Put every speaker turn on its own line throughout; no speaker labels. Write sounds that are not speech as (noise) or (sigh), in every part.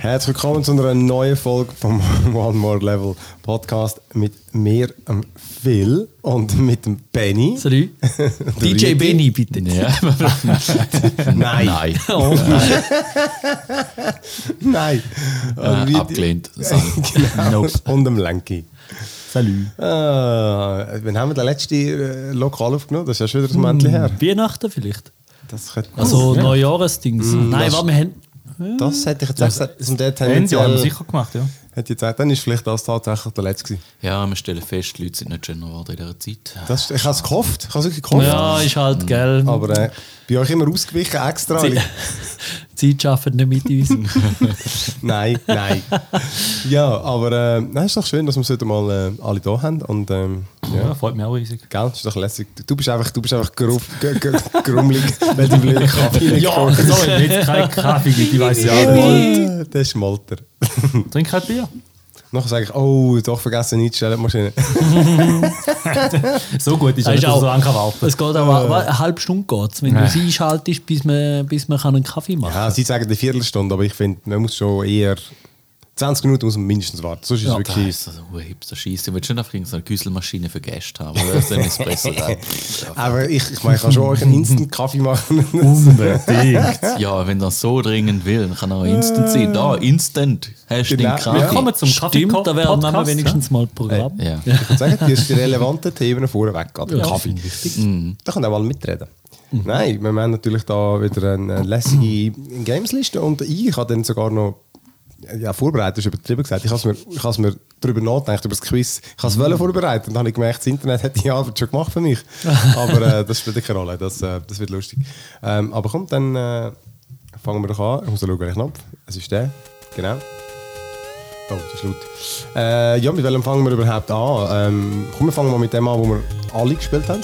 Herzlich willkommen zu einer neuen Folge vom (laughs) One More Level Podcast mit mir, dem Phil und mit dem Benny.
(laughs) Salut.
Der
DJ
Rüdi.
Benny, bitte.
Ja.
(laughs)
Nein, nein.
Nein,
Oh,
Und
äh,
Rüdi-
abgelehnt. Sorry.
(laughs) Genau.
Nope.
Und dem Lenki.
Salut.
Äh, wann haben wir den letzten äh, Lokal aufgenommen? Das ist ja schon wieder ein Männchen her.
Weihnachten vielleicht.
Das, könnte,
Also
ja.
Neujahresdings. Nein,
Oh, das-
warte, wir haben.
das hätte ich jetzt auch gesagt. Zum Date
Ende haben
äh,
wir
tendenziell-
sicher gemacht, ja.
Hätte ich gesagt, dann ist vielleicht das tatsächlich der letzte gewesen.
Ja, wir stellen fest, die Leute sind nicht schöner geworden in dieser Zeit.
Das, ich habe es gehofft. Ich habe es wirklich gehofft.
Ja, ist
Mhm.
halt, gell.
Aber
(laughs)
äh, bei euch immer ausgewichen extra.
Die (laughs) Zeit schaffen nicht mit uns.
Nein, nein. ja, aber äh, nein, ist doch schön, dass wir es heute mal äh, alle da haben. Und, ähm, ja.
ja. Freut mich auch riesig.
(laughs) Gell, ist doch lässig. Du bist einfach, du bist einfach gruff, g- g- grummelig, (laughs) weil du blöde Kaffee nicht
Ja,
getrunken
sorry,
(laughs)
wenn es keinen Kaffee gibt, ich weiss ja
hast.
auch nicht.
Äh, Das ist Malter.
Trink halt Bier.
Nachher sage ich, oh, doch vergessen, nicht die Maschine.
So gut ist
Das
er,
ist
dass er
auch-
so lange kann warten
Es geht aber äh. eine halbe Stunde geht's, wenn du es einschaltest, bis man, bis man kann einen Kaffee machen kann.
Ja, sie sagen eine Viertelstunde, aber ich finde, man muss schon eher 20 Minuten muss man mindestens warten. Sonst ist es
Das
wirklich.
ist so ein hipster Scheiß. Du willst schon einfach irgendeine Güsselmaschine für Gäste haben. Oder so
(laughs)
ein Espresso.
Aber ich, ich meine, ich kann schon euch einen Instant-Kaffee (laughs) machen.
Unbedingt.
ja, wenn das so dringend will, dann kann auch Instant sein. Da, Instant. Hast du
Äh. Genau. Ja,
den Kaffee?
Kommen wir zum Kaffee.
Stimmt, da wäre dann wenigstens mal Programm.
Ja.
Ich würde sagen, die ist die relevanten Themen vorweg. Oder
Ja,
Kaffee. Da können auch alle mitreden. Nein, wir haben natürlich da wieder eine lässige Gamesliste und ich habe dann sogar noch ja, dus vorbereitet, ist übertrieben gesagt. Ich habe es mir, ich habe es mir darüber nachgedacht, über das Quiz. Ich habe es wollen vorbereiten und dann habe ich gemerkt, das Internet hat die Arbeit schon gemacht für mich. aber äh, das spielt keine Rolle, das, äh, das wird lustig. Ähm, aber kommt, dann äh, fangen wir doch an. Ich muss schauen, welchen Knopf. Es ist der, genau. Oh, das ist laut. Äh, ja, mit welchem fangen wir überhaupt an? Ähm, komm, wir fangen mal mit dem an, wo wir alle gespielt haben.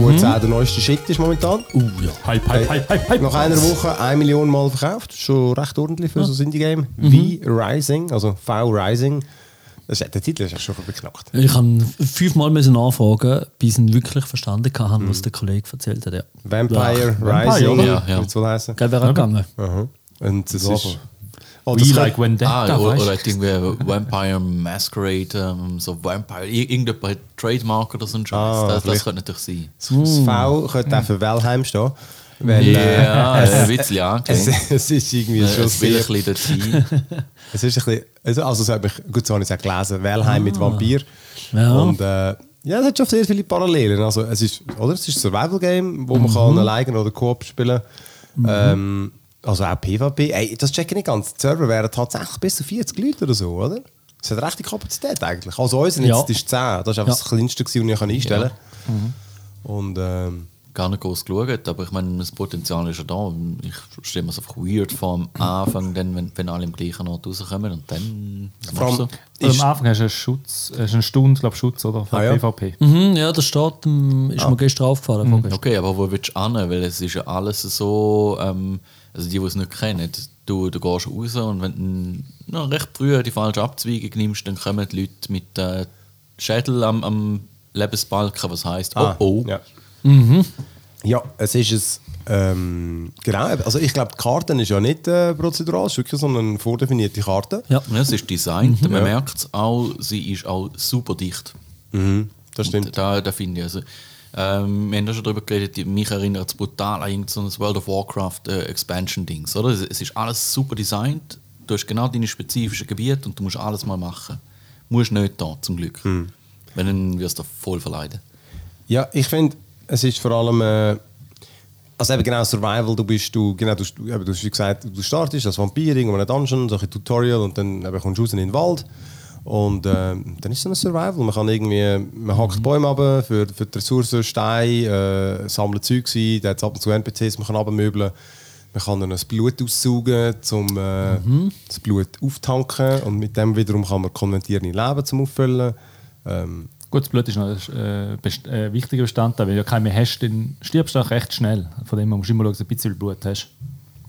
Wo jetzt auch der neueste Shit ist momentan.
Uh, ja. Hype, hype, hype, hype, hype.
Nach einer Woche 1 Million Mal verkauft. Schon recht ordentlich für so ein Indie-Game. Wie Rising, also V Rising. Das ist, der Titel ist ja schon beknackt.
Ich habe fünfmal müssen anfragen, bis ich ihn wirklich verstanden habe, was der Kollege erzählt hat. Ja.
Vampire
Vampire,
Rising,
oder?
ja,
Ja, ja.
wie es wohl heissen.
Geil, wäre gegangen.
Aha. Und das
Bravo.
ist... Oh,
We
das
like
könnte-
Vendetta,
Ah,
ah,
oder,
weißt
oder
du?
ich denke, Vampire Masquerade, ähm, so Vampire, ir- irgendein Trademark oder so ein Scheiß.
Ah,
das, das
vielleicht.
könnte natürlich sein.
das V könnte auch für Valheim stehen. Weil äh, (laughs)
Ja, ein bisschen
es, (laughs)
angelegt.
es ist irgendwie
Äh,
schon
Ein
sehr...
bisschen dazu.
Es ist ein bisschen, also, also es hat mich, gut, so habe ich es auch gelesen, Wellheim mit Vampir.
Ah. Ja.
Und äh, ja, es hat schon sehr viele Parallelen. Also es ist, oder? Es ist ein Survival-Game, wo man
Mhm.
kann alleine oder Koop spielen ähm, Also auch PvP. Ey, das checke ich nicht ganz. Die Server wären tatsächlich bis zu 40 Leute oder so, oder? Es hat rechte Kapazität eigentlich. Also unseren
Ja.
jetzt ist 10. Das ist einfach
Ja. Mhm.
das kleinste, gewesen, das ich einstellen kann. Und ähm,
gar nicht groß geschaut, aber ich meine, das Potenzial ist ja da. Ich stelle mir es einfach weird vor am Anfang, dann, wenn, wenn alle im gleichen Ort rauskommen und dann was
vor
machst
allem
du?
Ähm,
Oder
ist,
Am Anfang hast du einen Schutz, hast du eine Stunde, glaube Schutz, oder? Für
Ah, ja.
PvP.
Mhm, ja, der Start ähm, ist mir gestern aufgefallen. vorgestern.
Okay, aber wo willst du hin? Weil es ist ja alles so, ähm, also die, die es nicht kennen, du, du gehst raus und wenn du na, recht früh die falsche Abzweigung nimmst, dann kommen die Leute mit äh, Schädel am, am Lebensbalken, was heisst,
Ah,
oh oh.
Ja. ja, es ist es. Ähm, genau, also ich glaube, die Karte ist ja nicht äh, prozedural, es ist wirklich so eine vordefinierte Karte.
Ja.
Ja, es ist designt, man merkt es auch, sie ist auch super dicht.
Mhm, das stimmt.
Da, da finde ich. Also, ähm, wir haben da schon drüber geredet, die- mich erinnert es brutal an irgend so ein World of Warcraft äh, Expansion-Dings, oder? Es, es ist alles super designt, du hast genau deine spezifischen Gebiete und du musst alles mal machen. Musst nicht da, zum Glück.
Hm.
Wenn dann wirst du voll verleiden.
Ja, ich finde, es ist vor allem. Äh, also eben genau Survival, du bist du, genau, du, du, eben, du hast wie gesagt, du startest als Vampir in einem Dungeon, so ein Tutorial und dann eben, kommst du raus in den Wald. Und ähm, dann ist es ein Survival. Man kann irgendwie, man hackt Bäume ab für, für die Ressourcen, Steine, äh, sammelt Zeug ein, da hat es ab und zu NPCs, man kann abmöbeln. Man kann dann das Blut aussaugen, um äh,
Mhm.
das Blut auftanken und mit dem wiederum kann man konvertieren in Leben zum Auffüllen. Ähm,
Gut, das Blut ist noch ein äh, best äh, wichtiger Bestandteil, weil du keinen mehr hast, dann stirbst du auch recht schnell. Von dem her musst du immer schauen, dass du ein bisschen Blut hast.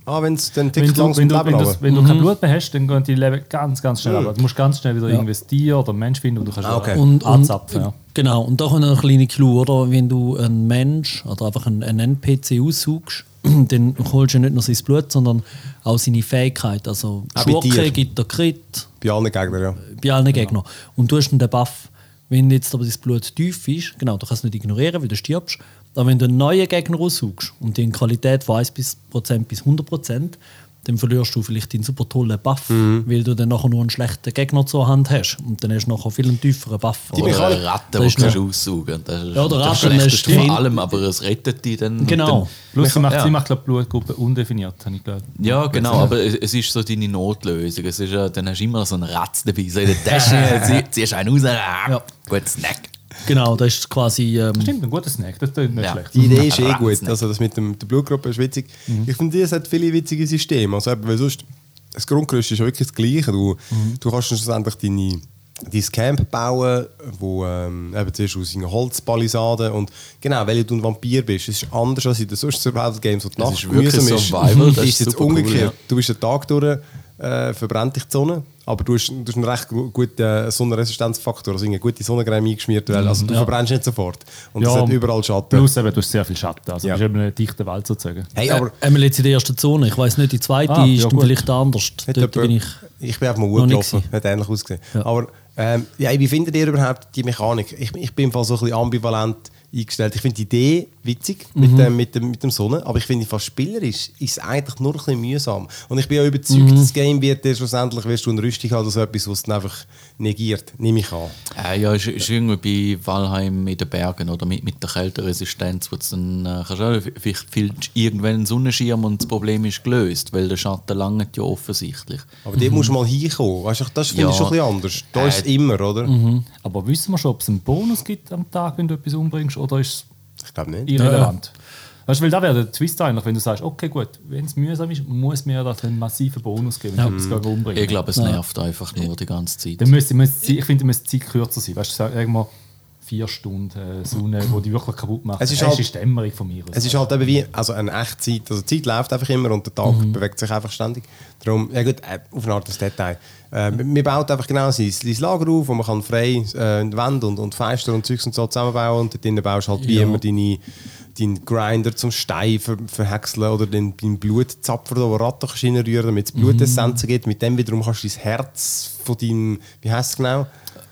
ah, wenn es dann
wenn
tickt
du,
langsam
wenn, du,
Leben
wenn,
runter.
du, wenn du
Mhm.
kein Blut mehr hast, dann gehen die Leben ganz, ganz schnell ab. Du musst ganz schnell wieder irgendwie ein Tier oder einen Mensch finden und du kannst
Ah, okay.
wieder
Und, und,
anzapfen. ja.
Genau, und da kommt noch eine kleine Clou, oder? Wenn du einen Mensch oder einfach einen, einen NPC aussuchst, (clears throat) dann holst du ja nicht nur sein Blut, sondern auch seine Fähigkeit. Also
Auch bei dir.
Schurke gibt er Crit
Bei allen Gegnern, ja.
bei allen Gegnern. Und du hast dann den Buff. Wenn jetzt aber dein Blut tief ist, genau, du kannst es nicht ignorieren, weil du stirbst. Aber wenn du einen neuen Gegner aussuchst und die in Qualität von 1% bis 100%, dann verlierst du vielleicht deinen super tollen Buff, weil du dann nachher nur einen schlechten Gegner zur Hand hast. Und dann hast du nachher viel einen tieferen Buff.
Die
Oder
Mechanik-
eine Ratte,
Das
die
ist
kannst
noch-
du aussaugen. Das ist
Ja, oder Ratten,
das
das
Schlechteste von
stimmt.
allem, aber es rettet die dann. und
Genau.
Plus, sie macht,
Ja.
sie macht glaub, Blutgruppe undefiniert, habe ich gehört.
Dann, ja, genau, aber es, es ist so deine Notlösung. Es ist, ja- dann hast du immer so einen Ratz dabei. So in
(laughs)
der Tasche, zie- ziehst einen raus, ah,
Ja.
gut, Snack.
Genau, das ist quasi. Ähm,
Stimmt, ein guter Snack, das ist nicht
Ja.
schlecht.
Die Idee ist eh gut. Also das mit dem, der Blutgruppe ist witzig. Ich finde, es hat viele witzige Systeme. Also, eben, weil sonst, das Grundgerüst ist ja wirklich das Gleiche. Du,
Mhm.
du kannst dann schlussendlich deine, dein Camp bauen, wo ähm, eben zuerst aus einer Holzpalisade und genau, weil du ein Vampir bist. Es ist anders als in den sonst Survival Games, wo die
Es
Nacht
ist wirklich
mühsam ist.
Survival,
(laughs)
das
ist
ist
jetzt
super cool,
umgekehrt.
ja.
Du bist den Tag durch, äh, verbrennt dich die Sonne, aber du hast, du hast einen recht gu- guten äh, Sonnenresistenzfaktor, also eine gute Sonnencreme eingeschmiert,
Mhm,
weil also du verbrennst nicht sofort. Und es
Ja,
hat überall Schatten.
Plus, eben, du hast sehr viel Schatten. Also,
Ja.
du bist eben in einer dichten Wald sozusagen.
Hey,
aber
aber
einmal äh, jetzt in der ersten Zone. Ich weiß nicht, die zweite
Ah, ja,
ist dann
gut.
vielleicht anders.
hat
Dort
jemand-
bin ich.
ich bin auf mal
noch
gut
nicht
gelaufen,
gewesen.
hat ähnlich ausgesehen.
Ja.
Aber ähm, ja, wie findet ihr überhaupt die Mechanik? Ich, ich bin im Fall so ein bisschen ambivalent eingestellt. Ich finde die Idee witzig eh, mit, dem, mit, dem, mit dem Sonne, aber ich finde fast spielerisch ist es eigentlich nur ein bisschen mühsam. Und ich bin auch überzeugt, das Game wird dir schlussendlich, wirst du eine Rüstung haben oder so etwas, was es dann einfach negiert, nehme ich an.
Äh, ja, ist, ist irgendwie bei Valheim in den Bergen oder mit, mit der Kälteresistenz, wo du dann äh, kannst du auch vielleicht viel, irgendwann einen Sonnenschirm und das Problem ist gelöst, weil der Schatten langt ja offensichtlich.
Aber dort musst du mal hinkommen. Weißt du, das finde
Ja.
ich schon ein bisschen anders. Da ist es
Äh,
immer, oder?
mm. Aber wissen wir schon, ob es einen Bonus gibt am Tag, wenn du etwas umbringst, oder ist
Ich glaube
es
nicht.
irrelevant? Weißt du, weil da wäre der Twist eigentlich, wenn du sagst, okay, gut, wenn es mühsam ist, muss mir das einen massiven Bonus geben, wenn ich etwas gerade umbringe.
Ich glaube, es nervt einfach nur die ganze Zeit.
Dann müsste, müsste, ich finde, müsste die Zeit kürzer sein. Weißt du, sag sag mal, vier Stunden äh, Sonne, die dich wirklich kaputt macht.
Es ist
das
halt-
ist die Dämmerung von mir. aus.
Es ist halt eben wie also eine Echtzeit. Also die Zeit läuft einfach immer und der Tag bewegt sich einfach ständig. Darum, ja gut, äh, auf eine Art das Detail. Äh, man baut einfach genau sein, sein Lager auf und man kann frei äh, Wände und, und Fenster und Zeugs und so zusammenbauen und dort drinnen baust du halt wie immer deine, deinen Grinder zum Stein ver verhäckseln oder den, deinen Blutzapfer, da, wo Ratten kannst reinrühren, damit es Blutessenzen gibt. Mit dem wiederum kannst du dein Herz von deinem, wie heißt es genau?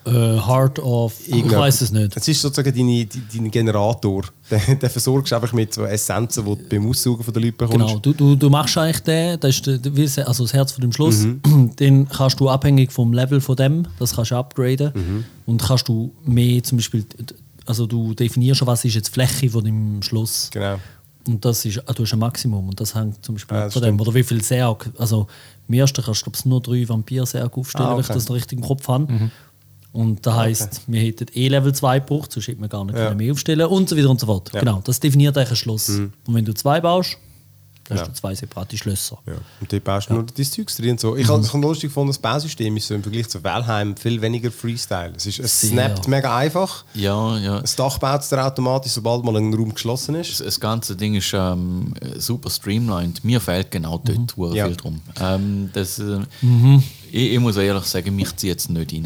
Äh, Heart of. Ich
Irgendetwas.
weiß es nicht.
Es ist sozusagen dein, dein Generator. (laughs) Den, den versorgst du einfach mit so Essenzen, die du beim Aussaugen von den Leuten bekommst.
Genau, du, du, du machst eigentlich den, das ist der, wie es- also das Herz von dem Schluss, (clears throat) den kannst du abhängig vom Level von dem, das kannst du upgraden und kannst du mehr zum Beispiel, also du definierst schon, was ist jetzt die Fläche von dem Schluss
Genau.
und das ist, ah, du hast ein Maximum und das hängt zum Beispiel
Ah,
ab
das
von dem oder wie viel Särg, also im ersten kannst du glaube ich nur drei Vampir-Särge aufstellen,
Ah,
wenn ich
okay. Mhm. Ah,
das noch richtig im Kopf habe. Und das heisst, wir hätten eh Level 2 gebraucht, sonst hätten wir gar nicht können mehr aufstellen und so weiter und so fort. Genau, das definiert eigentlich ein Schloss. Und wenn du zwei baust, dann hast
Mhm. Ja.
du zwei separate Schlösser.
Ja. Und dort baust du nur dein Zeugs drin. und So. Ich
Mhm.
habe es lustig gefunden, das Bausystem ist so im Vergleich zu Valheim viel weniger Freestyle. Es, ist, es
Sehr.
snappt mega einfach.
Ja, ja.
Das Dach baut es dir automatisch, sobald mal ein Raum geschlossen ist.
Das, das ganze Ding ist ähm, super streamlined. Mir fehlt genau dort mhm.
Ja. Mhm.
viel drum. Ähm, das, äh, ich, ich muss ehrlich sagen, mich zieht es nicht rein.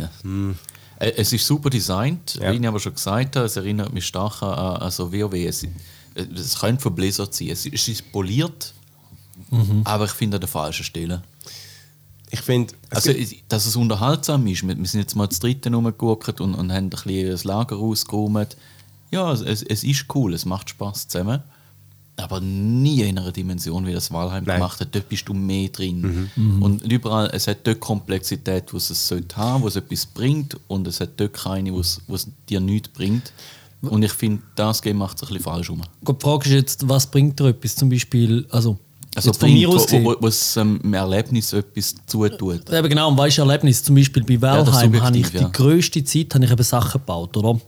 Äh, Es ist super designt,
Ja.
wie ich aber schon gesagt habe. Es erinnert mich stark an, an so WoW. Es, äh, es könnte von Blizzard sein. Es, es ist poliert,
Mhm.
aber ich finde an der falschen Stelle.
Ich finde, es
Also,
gibt-
es- dass es unterhaltsam ist. Wir wir sind jetzt mal zu dritten rumgeguckt und, und haben ein bisschen das Lager ausgeräumt. Ja, es- es, es ist cool, es macht Spaß zusammen. Aber nie in einer Dimension, wie das Walheim
Nein. Mhm.
gemacht hat. Dort bist du mehr drin. Und überall, es hat dort Komplexität, wo es es sollte haben, wo es etwas bringt. Und es hat dort keine, wo es, wo es dir nichts bringt. Und ich finde, das Game macht es ein bisschen falsch um.
Gut, Die Frage ist jetzt, was bringt dir etwas? Zum Beispiel, also,
Also,
jetzt von mir
bringt,
aus
wo,
gesehen.
wo, wo es ähm, dem Erlebnis etwas zutut.
Eben genau, und weißt du, Erlebnis, zum Beispiel bei
das ist
Valheim
subjektiv,
habe ich die
ja. Mhm.
grösste Zeit habe ich eben Sachen gebaut, oder?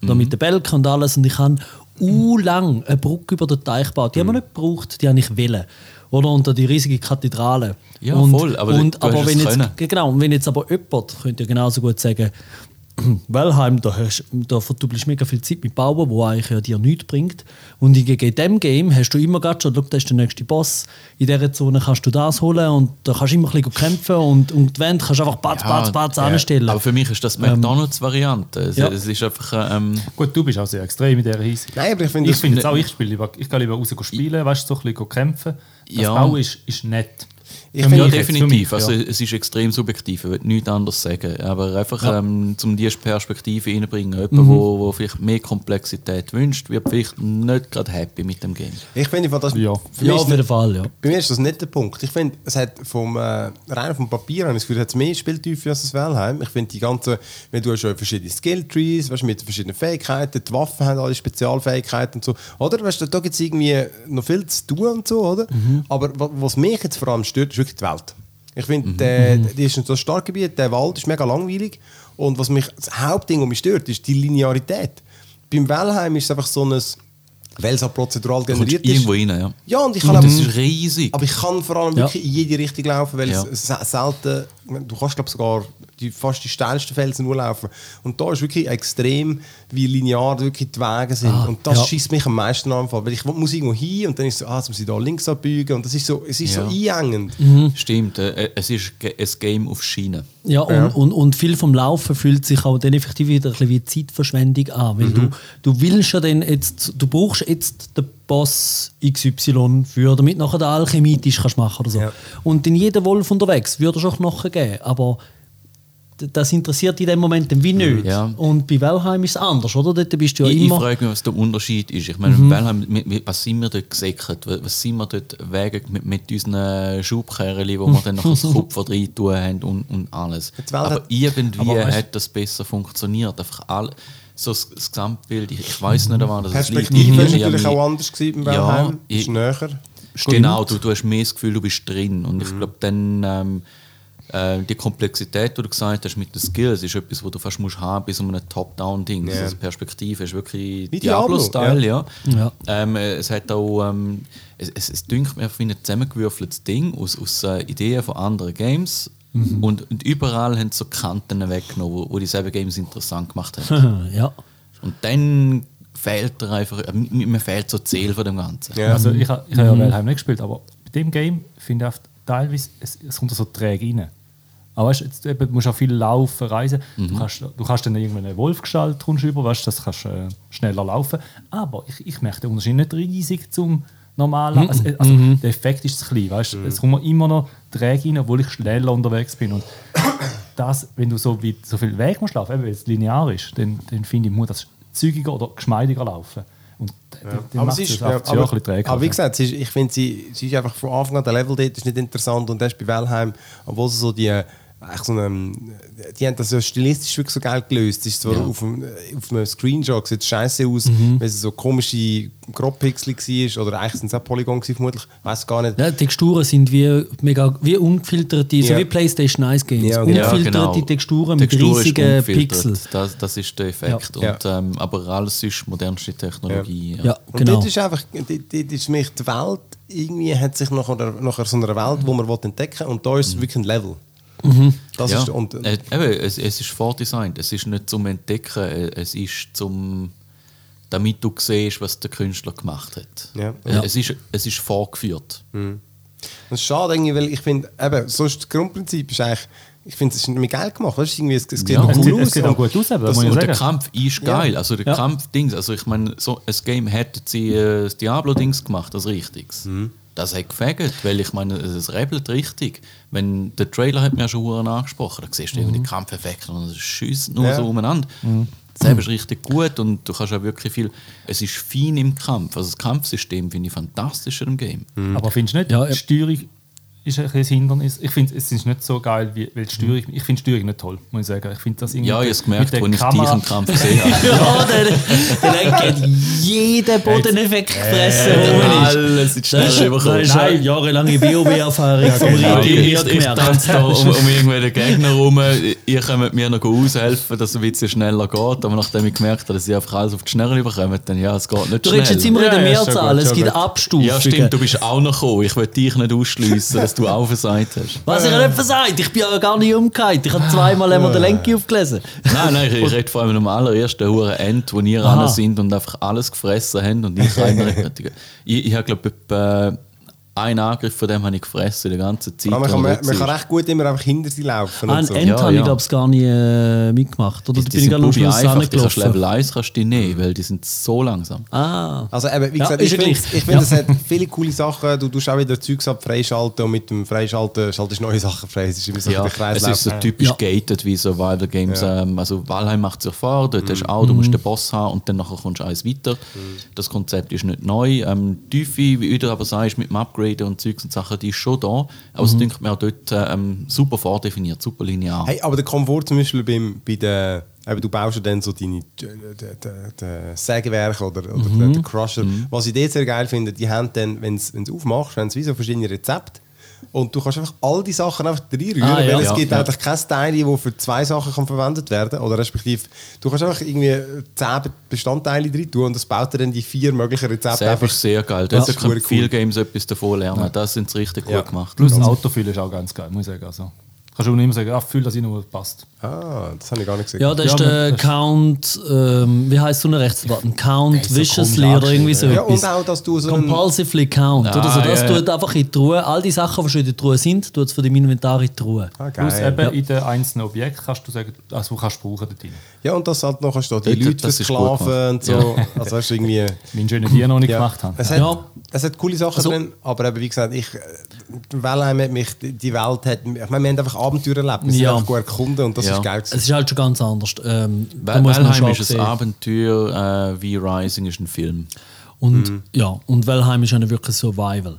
Da mit den Balken und alles und ich habe u lang eine Brücke über den Teich gebaut. Die haben wir
Mhm.
nicht gebraucht, die habe ich wollen. Oder? Und da die riesige Kathedrale.
Ja,
und,
voll, aber du-
und,
du
aber
hast es
wenn jetzt,
können.
Genau, und wenn jetzt aber jemand, könnt ihr genauso gut sagen, (clears throat) Valheim, da, hast, da verduppelst du mega viel Zeit mit Bauen, wo eigentlich ja dir nichts bringt. Und in gegen dem Game hast du immer gerade schon, schau, das ist der nächste Boss, in dieser Zone kannst du das holen und da kannst du immer ein bisschen kämpfen und, und die Wände kannst du einfach batz, batz, batz
ja,
anstellen.
Aber für mich ist das
Ähm,
die McDonalds-Variante. Es,
ja.
es ist einfach. äh, Ähm,
Gut, du bist auch sehr extrem in dieser Hinsicht.
Nein, aber ich finde
Ich
das-
finde es auch, ich spiele lieber, ich gehe lieber raus spielen, weißt du, so ein bisschen kämpfen. Das
Ja.
Bauen ist, ist nett.
Ich
Für
finde-
ja,
mich jetzt, für
definitiv.
mich,
also,
ja.
Es ist extrem subjektiv, ich würde nichts anderes sagen. Aber einfach, ähm, um diese Perspektive reinzubringen, jemand,
Mhm.
wo, wo vielleicht mehr Komplexität wünscht, wird vielleicht nicht gerade happy mit dem Game.
Ich finde, das,
Ja.
für
ja,
mich
auf
ist
jeden Fall, ja.
Bei mir ist das nicht der Punkt. Ich finde, es hat vom, äh, rein vom Papier an, es hat mehr Spieltiefe als das Valheim. Ich finde, die ganzen, wenn du hast schon verschiedene Skilltrees, weißt, mit verschiedenen Fähigkeiten, die Waffen haben alle Spezialfähigkeiten und so. Oder? Weißt, du, da gibt es irgendwie noch viel zu tun und so, oder?
Mhm.
Aber wa- was mich jetzt vor allem stört, ist wirklich die Welt. Ich
Mhm.
finde, der- die ist so ein Starkgebiet, der Wald ist mega langweilig. Und was mich, das Hauptding, was mich stört, ist die Linearität. Beim Valheim ist es einfach so ein, weil es auch prozedural
Du kommst
generiert ist.
irgendwo rein, ja.
Ja, und ich
Und
kann
das
aber- ähm,
ist riesig.
aber ich kann vor allem
Ja.
wirklich in jede Richtung laufen, weil
Ja.
es se- selten, du kannst glaube sogar die, fast die steilsten Felsen nur laufen. Und da ist wirklich extrem, wie linear wirklich die Wege sind.
Ah,
und das
ja.
schießt mich am meisten an, weil ich muss irgendwo hin und dann ist so, ah, jetzt muss ich da links abbiegen und das ist so, es ist so einengend.
Mhm.
Mhm.
Stimmt, äh, es ist ge- ein Game auf Schiene.
Ja, und, Und, und viel vom Laufen fühlt sich auch dann effektiv wieder ein bisschen wie Zeitverschwendung an. Weil du, du willst ja dann jetzt, du brauchst jetzt den Boss XY für, damit nachher der alchemitisch kannst machen oder so.
Ja.
Und in jeder Wolf unterwegs würde es auch Knochen geben, aber d- das interessiert in dem Moment dann wie nicht.
Ja.
Und bei Valheim ist es anders, oder? Dort bist du ja
Ich, ich
immer... Mhm.
frage mich, was der Unterschied ist. Ich meine, Valheim, mit- mit- was sind wir dort gesäckert? Was was sind wir dort wegen mit, mit unseren Schubkerren, die wir dann
(laughs)
noch das Kupfer rein tun haben und, und alles.
Die Welt
Aber
hat-
irgendwie
Aber weißt-
hat das besser funktioniert. Einfach all, so das, das Gesamtbild, ich, ich weiß nicht, wann das
Perspektive ist
Ich- ich-
natürlich
ich-
auch anders gewesen beim
Mhm. Ja,
Valheim,
ich-
ist näher.
Genau, du, du hast mehr das Gefühl, du bist drin. Und
Mhm.
ich glaube, dann ähm, äh, die Komplexität, die du gesagt hast mit den Skills, ist etwas, was du fast musst haben bis um ein Top-Down-Ding.
Ja.
Also Perspektive ist wirklich
Wie Diablo,
Diablo-Style, ja.
Ja.
Ähm, äh, es hat auch, ähm, es, es, es dünkt mir wie ein zusammengewürfeltes Ding aus, aus äh, Ideen von anderen Games.
Mhm.
Und, und überall haben sie so Kanten weggenommen, wo, wo dieselben Games interessant gemacht
(laughs)
haben.
(laughs) ja.
und dann fehlt dir einfach, äh, mir mir fehlt so die Seele von dem Ganzen.
Ja.
Also ich, ha- ich habe ja Valheim nicht gespielt, aber bei dem Game finde ich oft teilweise, es, es kommt so träge rein. Aber weißt, du, jetzt, eben, du musst auch viel laufen, reisen. Du, kannst, du kannst dann irgendwann eine Wolfgestalt kommst über, weißt, du, das kannst äh, schneller laufen. Aber ich, ich merke den Unterschied nicht riesig zum normalen. Also, äh, also Der Effekt ist zu klein.
Mhm.
Weißt, du. Es kommt mir immer noch träge rein, obwohl ich schneller unterwegs bin. Und das, wenn du so, weit, so viel Weg musst laufen, eben, weil es linear ist, dann, dann finde ich, muss das zügiger oder geschmeidiger laufen. Und dann, dann
Aber,
macht
es ist,
das
ja,
auch
aber,
ein bisschen träge.
aber wie gesagt, sie ist, ich finde, sie, sie ist einfach von Anfang an, der Level dort ist nicht interessant und das ist bei Valheim, obwohl sie so die, äh, echt so eine, die haben das ja stilistisch wirklich so geil gelöst. Es ist zwar auf, einem, äh, auf einem Screenshot sieht scheiße aus, weil es so komische Grobpixel war oder eigentlich sind es auch Polygon gewesen, vermutlich, weiß gar nicht.
Ja, die Texturen sind wie, mega, wie ungefilterte, so
Ja.
wie PlayStation 1 Games.
Ja, genau.
ungefilterte Texturen mit
Textur ist
riesigen
ungefiltert.
Pixeln.
Das, das ist der Effekt.
Ja.
Und, ähm, aber alles ist modernste Technologie.
Ja,
Und
genau.
dort ist einfach, dort, dort ist für mich die Welt, irgendwie hat sich nach, einer, nach so einer Welt, die man will entdecken will, und da ist es wirklich ein Level. Das
Ja.
ist, und,
Äh, eben, es, es ist vordesignt. Es ist nicht zum Entdecken. äh, Es ist zum damit du siehst, was der Künstler gemacht hat.
Ja.
Äh,
Ja.
Es, ist, es ist vorgeführt.
Das ist schade, irgendwie, weil ich finde, eben, so ist das Grundprinzip ist eigentlich, ich finde, es ist nicht mehr geil gemacht. Weißt, du, irgendwie, es, es sieht
Ja.
noch
Es
cool
sieht-
aus.
es sieht auch
und
gut aus, eben,
das-
muss ich
und
Und der
sagen.
Kampf ist geil. Also der
Ja.
Kampf-Dings. Also ich meine, so ein Game hätten sie äh, das Diablo-Dings gemacht, das Richtiges.
Mhm.
Das hat gefegt, weil ich meine, es es rebelt richtig. Wenn, der Trailer hat mir ja schon verdammt angesprochen. Da siehst du eben die Kampfeffekte und es schießt nur
Ja.
so umeinander. Das Selber ist richtig gut und du kannst auch wirklich viel. Es ist fein im Kampf. Also das Kampfsystem finde ich fantastischer im Game.
Aber findest du nicht,
Ja, ja.
die Steuerung ist ein bisschen ein Hindernis? Ich finde, es ist nicht so geil, wie, weil die Steuerung, ich finde die Steuerung nicht toll, muss ich sagen. Ich finde das irgendwie
Mhm. Ja, ich habe es gemerkt,
mit der
als ich dich
Kamera-
im Kampf gesehen habe.
Ja, der, der hat jeden Bodeneffekt gefressen, wo man ist.
Alles Äh, ist
Das ist,
schnell
das
überkommen.
ist eine jahrelange WoW-Erfahrung vom
Äh, Ja, genau.
Riti.
ich,
Ich
ich, ich
gemerkt.
tanze da um,
(laughs)
um irgendwelche Gegner herum. Ihr könnt mir noch aushelfen, dass es ein bisschen schneller geht. Aber nachdem ich gemerkt habe, dass ich einfach alles auf die Schnelle bekomme, dann ja, es geht nicht
Du redest jetzt
schnell.
immer in
Ja,
der
ja, ist schon
Mehrzahl,
gut,
es
schon
gibt
gut.
Abstufungen.
ja, stimmt, du bist auch noch gekommen. Ich will dich nicht ausschliessen. dass
(laughs)
du auch versagt hast.
Was ich nicht versagt, ich bin ja gar nicht umgekehrt. Ich habe zweimal einmal den Lenki aufgelesen.
Nein, nein, ich, ich rede vor allem am allerersten Huren End, wo ihr
Aha.
alle sind und einfach alles gefressen haben und ich keinen rechtfertigen. Ich, ich habe, glaube ich, etwa äh, einen Angriff von dem habe ich gefressen die ganze Zeit.
Ja, man,
wo
kann,
er
man,
weg
man
war.
kann recht gut immer einfach hinter sie laufen.
An
und so.
End
Ja,
habe ich,
ja.
glaube ich, gar nicht äh, mitgemacht. Oder
Die,
da
die
bin ich
sind
gerade am
Bubi
Schluss
einfach, die kannst
angelaufen.
Level 1 kannst du die nehmen, weil die sind so langsam.
Ah,
Also eben, wie
Ja,
gesagt,
ist
ich
ja
finde,
gleich.
ich
Ja.
find, es hat viele coole eh, Sachen. Du tust auch wieder Zeugs ab freischalten und mit dem Freischalten schaltest du neue Sachen frei. Es ist immer so
Ja,
ein
es ist so
Kreislauf.
typisch
Ja.
gated wie Survival Games. Ähm, also Valheim macht sich vor, dort
Mhm.
hast du auch, du musst
Mhm.
den Boss haben und dann nachher kommst du eins weiter. Das Konzept ist nicht neu. Ähm, die Tiefe, wie du aber sagst, mit dem Upgraden und Zeugs und Sachen, die ist schon da. Aber
Mhm.
es denkt mir auch dort ähm, super vordefiniert, super linear.
Hey, aber der Komfort zum Beispiel beim, bei den, eben, du baust ja dann so deine de- de- de- de Sägewerke oder, oder den- den Crusher. Was ich dort sehr geil finde, die haben dann, wenn du es aufmachst, haben sie wie so verschiedene Rezepte. Und du kannst einfach all die Sachen einfach reinrühren,
Ah, ja.
weil es
Ja,
gibt
ja.
eigentlich kein Teil, das für zwei Sachen kann verwendet werden Oder respektive, du kannst einfach irgendwie äh, zehn Bestandteile drin tun und das baut dir dann die vier möglichen Rezepte
Selber
einfach
ist sehr geil. Da
Das ist
können
verdammt
viele
cool.
Games etwas davon lernen. Das sind sie richtig
Ja.
gut gemacht.
Plus
Mhm.
das Autofüllen ist auch ganz geil, muss ich sagen. Also, kannst du nicht immer sagen, ah, füll das rein, wo es passt.
Ah, das habe ich gar nicht gesehen.
ja, da
Ja,
ist der
man- das-
Count, ähm, wie heißt so eine Rechtsdaten? Count Viciously oder irgendwie so
Ja, und
etwas.
auch, dass du so einen,
Compulsively Count oder so.
Ah,
Das
ja, ja.
tut einfach in die Ruhe. All die Sachen, die schon in der Truhe sind, tut es von deinem Inventar in die Ruhe.
ah, geil.
Plus eben in den einzelnen Objekten kannst du sagen, also du kannst brauchen dort drin.
Ja, und das halt noch kannst du die
Dort-
Leute
das ist gut
versklaven und so. Also hast du irgendwie...
Meinen schönen Diener noch nicht gemacht haben.
Es hat,
Ja.
es hat coole Sachen
Also-
drin, aber eben, wie gesagt, ich, äh, Valheim hat mich, die Welt hat, ich meine, wir haben einfach Abenteuer erlebt, wir sind
Ja.
einfach gut erkunden und das
Ja.
ist geil gewesen.
Es ist halt schon ganz anders. Ähm, da
Val-
muss man
Valheim
schon
ist ein
sehen.
Abenteuer, äh, wie Rising ist ein Film.
Und,
Mhm.
ja, und Valheim ist eine wirklich Survival.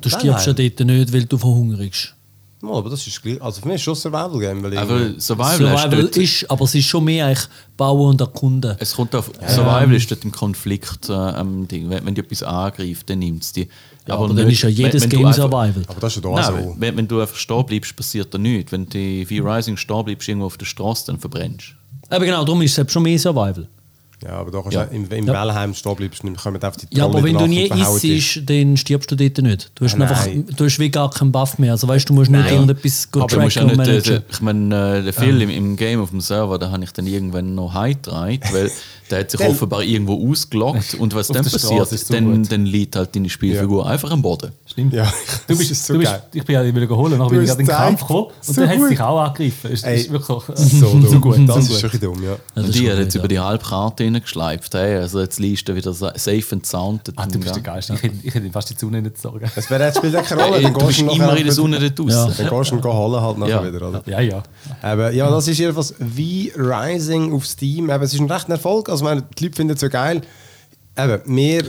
Du stirbst ja
Valheim?
dort nicht, weil du verhungerst.
Mal, aber das ist gleich, also für mich ist schon ein Survival Game, weil ich,
Aber Survival, hast du
Äh, Survival
dort-
ist, aber es ist schon mehr eigentlich bauen und erkunden.
Es kommt auf Survival ist dort im Konflikt äh, am Ding. Wenn, wenn du etwas angreift, dann nimmt es dich.
aber dann ist ja jedes Game
einfach,
Survival.
aber das ist ja da
Nein,
so.
wenn, wenn du einfach stehen bleibst, passiert da nichts. Wenn du wie Rising stehen bleibst, irgendwo auf der Straße, dann verbrennst
Aber genau, darum ist es eben schon mehr Survival.
Ja, aber da kannst
Ja.
du im, im
Ja.
Valheim stehen bleibst, dann kommen einfach die
Ja,
Trolle
aber
in
wenn du
der
nie
Nacht und verhauen dich.
isst, dann stirbst du dort nicht. Du hast,
Nein.
einfach, du hast wie gar keinen Buff mehr. Also weißt du, du musst nicht
Nein.
irgendetwas gut
Aber du musst ja
tracken und
nicht, äh,
managen.
der- ich meine, äh, der Phil im, im Game auf dem Server, da habe ich dann irgendwann noch heimgetragen, weil
(laughs)
der hat sich
Dann-
offenbar irgendwo ausgelockt und was
Auf
dann
der Straße ist
passiert,
so
dann,
gut.
dann liegt halt deine Spielfigur einfach am Boden.
Stimmt.
Ja,
Du
das
bist,
ist so
du bist,
geil.
ich bin ja wieder geholt, nachher bin ich
hast
gerade in den Kampf
gezeigt.
gekommen und
So
dann hat es
gut.
dich auch angegriffen. Ist,
Ey,
ist wirklich äh,
(laughs) so, dumm.
gut.
Das
so
ist schon ein
gut.
bisschen dumm, ja.
Ja, das
und
ist
die
schon
hat jetzt
gut,
über die halbe Karte hineingeschleift. Hey, also jetzt liest du wieder sa- safe and sound.
Ah, du bist der Geist. Ich hätte, ich hätte fast die Zone nicht sagen.
Es wäre jetzt spielt ja keine Rolle,
Ey,
dann
du
gehst
bist
du
immer in der
nachher-
Sonne dort draußen.
Dann gehst du ihn holen halt nachher
Ja.
wieder, oder?
(laughs) Ja, ja.
Eben, ja, das ist jedenfalls wie Rising auf Steam. Eben, es ist ein rechter Erfolg. Also, ich meine, die Leute finden es ja geil. Eben, mir,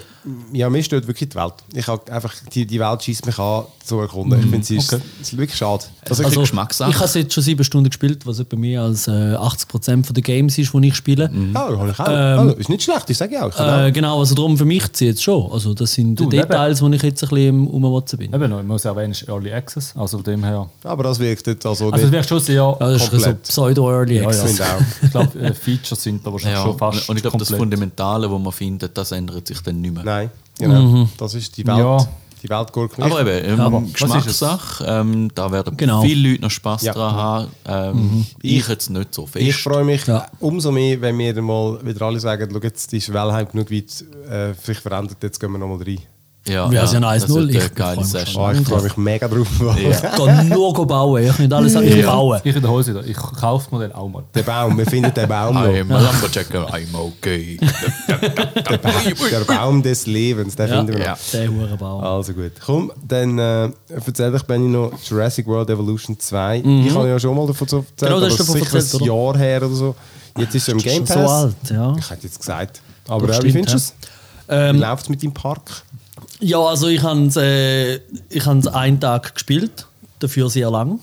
ja, mir stört wirklich die Welt. Ich habe einfach, die, die Welt schießt mich an zu erkunden. Ich finde, sie ist,
okay.
es ist wirklich schade.
Also,
Also,
Geschmackssache.
ich habe es jetzt schon sieben Stunden gespielt, was etwa mehr als äh, 80% von den Games ist, die ich spiele.
Ja, habe ich auch. also, ist nicht schlecht, ich sage ja auch. Ich kann auch.
Äh, genau, also darum für mich zieht es schon. Also das sind
Du,
die Details, wo ich jetzt ein bisschen im Umwatzen bin.
Eben noch, ich muss erwähnen, es ist Early Access. Also von dem her.
Aber das wirkt jetzt also,
Also es
nicht.
wäre schon sehr.
Ja, das ist ein
komplett.
bisschen so Pseudo-Early
Ja, ja. (laughs)
Access.
Ich finde auch.
Ich glaube, äh, Features sind da wahrscheinlich
Ja,
schon fast.
und, und ich glaube, das
komplett.
Fundamentale, was man findet, das ändert sich dann nicht mehr.
Nein, genau. Das ist die Welt.
Ja.
Die Welt gut gemacht.
Aber eben, ähm,
Aber was
Geschmackssache, ähm, da werden
Genau. Mhm.
viele Leute noch Spass
Ja.
dran haben. Ähm, Ich jetzt nicht so fest.
Ich freue mich
Ja.
umso mehr, wenn wir dann mal wieder alle sagen, schau, jetzt ist Wellheim genug weit äh, sich verändert, jetzt gehen wir nochmal rein.
ja,
Wir sind 1-0,
Das wird
ich-
eine
ich
geile
freue mich
Session.
Oh, ich freue mich mega drauf.
Ich kann nur go bauen. Ich kann nicht alles ja. bauen.
Ich wiederhole es wieder. Ich kaufe mir den auch mal.
Der Baum, wir finden den
(laughs)
Baum noch.
I'm a (laughs) Lumberjacker, I'm okay.
Der Baum des Lebens, den finden wir noch.
Ja.
Der Hurenbau.
Also gut. Komm, dann äh, erzähl dich, Benni, noch Jurassic World Evolution 2. Ich habe ja schon mal davon erzählt,
Genau, du Mhm. hast
aber
davon
sicher
erzählt,
ein Jahr her oder so. Jetzt ist er im
ist
Game Pass.
schon so alt, ja.
Ich hätte jetzt gesagt. Aber
Das
äh, wie
stimmt,
findest du es? Wie
Ähm,
läuft es mit deinem Park?
ja, also ich habe es äh, ich hab's einen Tag gespielt, dafür sehr lang.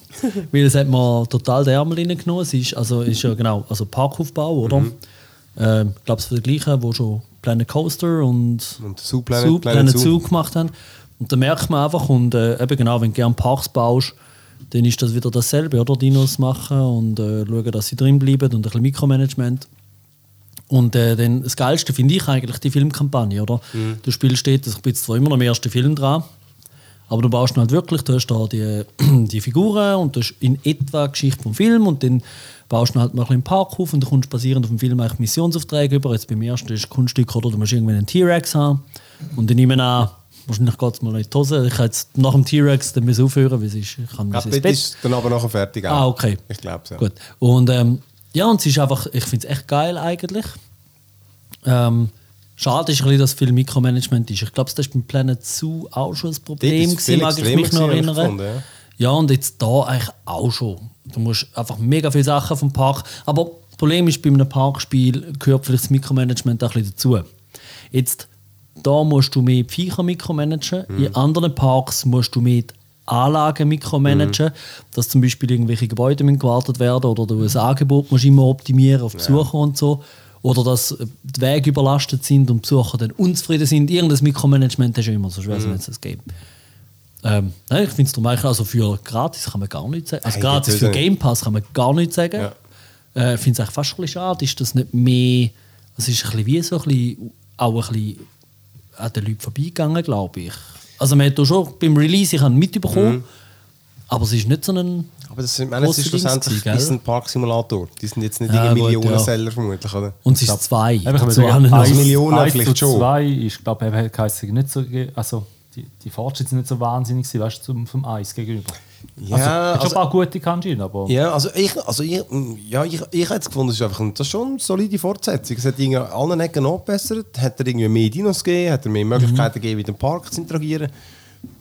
weil es hat mir total den Ärmel reingenommen. Es ist, also, ist ja genau, also Parkaufbau, oder? Ähm, Ich glaube, es ist der gleiche, wo schon Planet Coaster und,
Und Zoo Planet-
Zoo,
Planet
Planet
Zoo.
Zoo gemacht haben. Und da merkt man einfach, und äh, eben genau, wenn du gerne Parks baust, dann ist das wieder dasselbe, oder? Dinos machen und äh, schauen, dass sie drin bleiben und ein bisschen Mikromanagement. Und äh, dann, das Geilste
Mhm.
finde ich eigentlich die Filmkampagne, oder? Du spielst dort, ich bin jetzt zwar immer noch im ersten Film dran, Aber du baust ihn halt wirklich, du hast da die, (clears throat) die Figuren und du hast in etwa die Geschichte vom Film und dann baust du halt mal ein bisschen im Park auf und dann kommst du basierend auf dem Film eigentlich Missionsaufträge über. Jetzt beim ersten ist Kunststück oder du musst irgendwann einen T-Rex haben und dann nehmen wir an, wahrscheinlich geht es mal nicht in die Hose. Ich kann jetzt nach dem T-Rex dann müssen aufhören, weil es ist, ich kann
Ja,
muss ins
Bett
Bett.
ist dann aber nachher fertig. auch.
Ah, okay.
Ich glaube ja.
Gut. Und ähm, ja, und es ist einfach, ich finde es echt geil eigentlich. Ähm, schade ist ein bisschen, dass viel Mikromanagement ist. Ich glaube, das war beim Planet Zoo auch schon ein
Dort
Problem,
ist es viel
gewesen, mag ich mich
extremer
noch
gewesen,
erinnern.
habe ich gefunden, ja.
Ja, und jetzt da eigentlich auch schon. Du musst einfach mega viele Sachen vom Park. Aber das Problem ist, bei einem Parkspiel gehört vielleicht das Mikromanagement auch ein bisschen dazu. Jetzt, da musst du mehr die Viecher mikromanagen. In anderen Parks musst du mehr die Anlagen mikromanagen, dass zum Beispiel irgendwelche Gebäude müssen gewartet werden oder du ein Angebot musst immer optimieren auf Besucher und so. Oder dass äh, die Wege überlastet sind und Besucher dann unzufrieden sind. Irgendein Mikromanagement ist ja immer, sonst wäre es nicht das Game. Ähm, nein, ich finde es darum eigentlich, also für gratis kann man gar nichts sagen. Also
Nein,
gratis
natürlich
für
nicht.
Game Pass kann man gar nichts sagen.
Ja.
Äh, ich finde es eigentlich fast ein bisschen schade, ist das nicht mehr. Es ist ein bisschen wie so ein bisschen, auch ein bisschen an den Leuten vorbeigegangen, glaube ich. Also man hat da schon beim Release, ich habe ihn mitbekommen,
Mhm.
aber es ist nicht so ein.
Aber das sind, meine, es ist
Grosse Dings
schlussendlich
gewesen,
das
gell?
ist ein Parksimulator. Die sind jetzt nicht
Ja,
ja,
gut,
Millionenseller vermutlich, oder?
Und es ist zwei.
Eben, ich
Also,
würde
habe ich
sagen,
noch-
eins- Millionen
eins
vielleicht
zu
schon.
zwei ist, glaube ich, eben, heisst, nicht so, ge- also die, die Fortschritte sind nicht so wahnsinnig, gewesen, weißt du, zum, vom Eis gegenüber.
Ja,
also, hat schon
also-
ein paar gute Kanjin, aber
Ja, also ich, also ich, mm, ja, ich, ich hätte es gefunden, es ist einfach ein, das ist schon eine solide Fortsetzung. Es hat irgendwie an allen Ecken nachgebessert, hat er irgendwie mehr Dinos gegeben, hat er mehr Möglichkeiten gegeben, mit dem Park zu interagieren.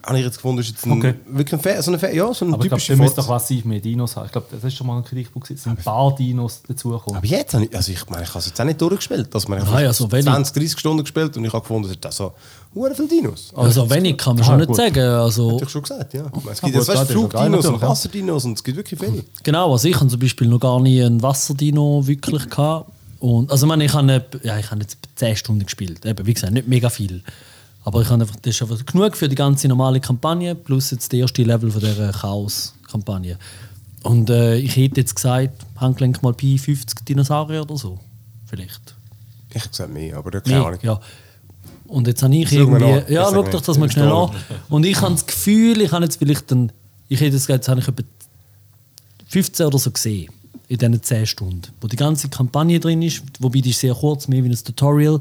Habe ich jetzt gefunden, ist jetzt ein,
Okay.
wirklich ein, Fa- so eine, Fa- ja, so eine
aber ich glaube,
typische
wir müssen doch
Fortsetzung.
massiv mehr Dinos haben. Ich glaube, das ist schon mal ein Kritikpunkt. gewesen, Es sind ein paar Dinos dazugekommen.
Aber jetzt habe ich, also ich meine, ich habe es jetzt auch nicht durchgespielt. Also man
Nein, also wenn ich-
20, 30 Stunden gespielt und ich habe gefunden, es hat so hure viele Dinos. Also,
also wenig kann man
Ah,
schon nicht
gut.
sagen. Also,
Hätte ich schon gesagt, ja. Es gibt
gut,
jetzt weißt,
das ist noch geil
Flugdinos und
natürlich, ja.
Wasserdinos und es gibt wirklich viele.
Genau, also ich habe zum Beispiel noch gar nie einen Wasserdino wirklich gehabt. Und, also ich meine, ich habe, etwa- ja, ich habe jetzt etwa 10 Stunden gespielt. Eben, wie gesagt, nicht mega viel. Aber ich habe einfach, das ist einfach genug für die ganze normale Kampagne, plus jetzt das erste Level von dieser Chaos-Kampagne. Und äh, ich hätte jetzt gesagt, Handgelenk mal Pi 50 Dinosaurier oder so. Vielleicht.
Ich habe gesagt mehr, aber keine Ahnung.
Ja. Und jetzt habe ich
Schau mal nach.
irgendwie.
Ich
Ja,
sag
schau
nicht.
doch das mal
Ich
schnell an.
verstehe
Und ich habe das Gefühl, ich habe jetzt vielleicht dann. Ich hätte jetzt gesagt, jetzt habe ich etwa 15 oder so gesehen. In diesen 10 Stunden. Wo die ganze Kampagne drin ist. Wobei die ist sehr kurz, mehr wie ein Tutorial.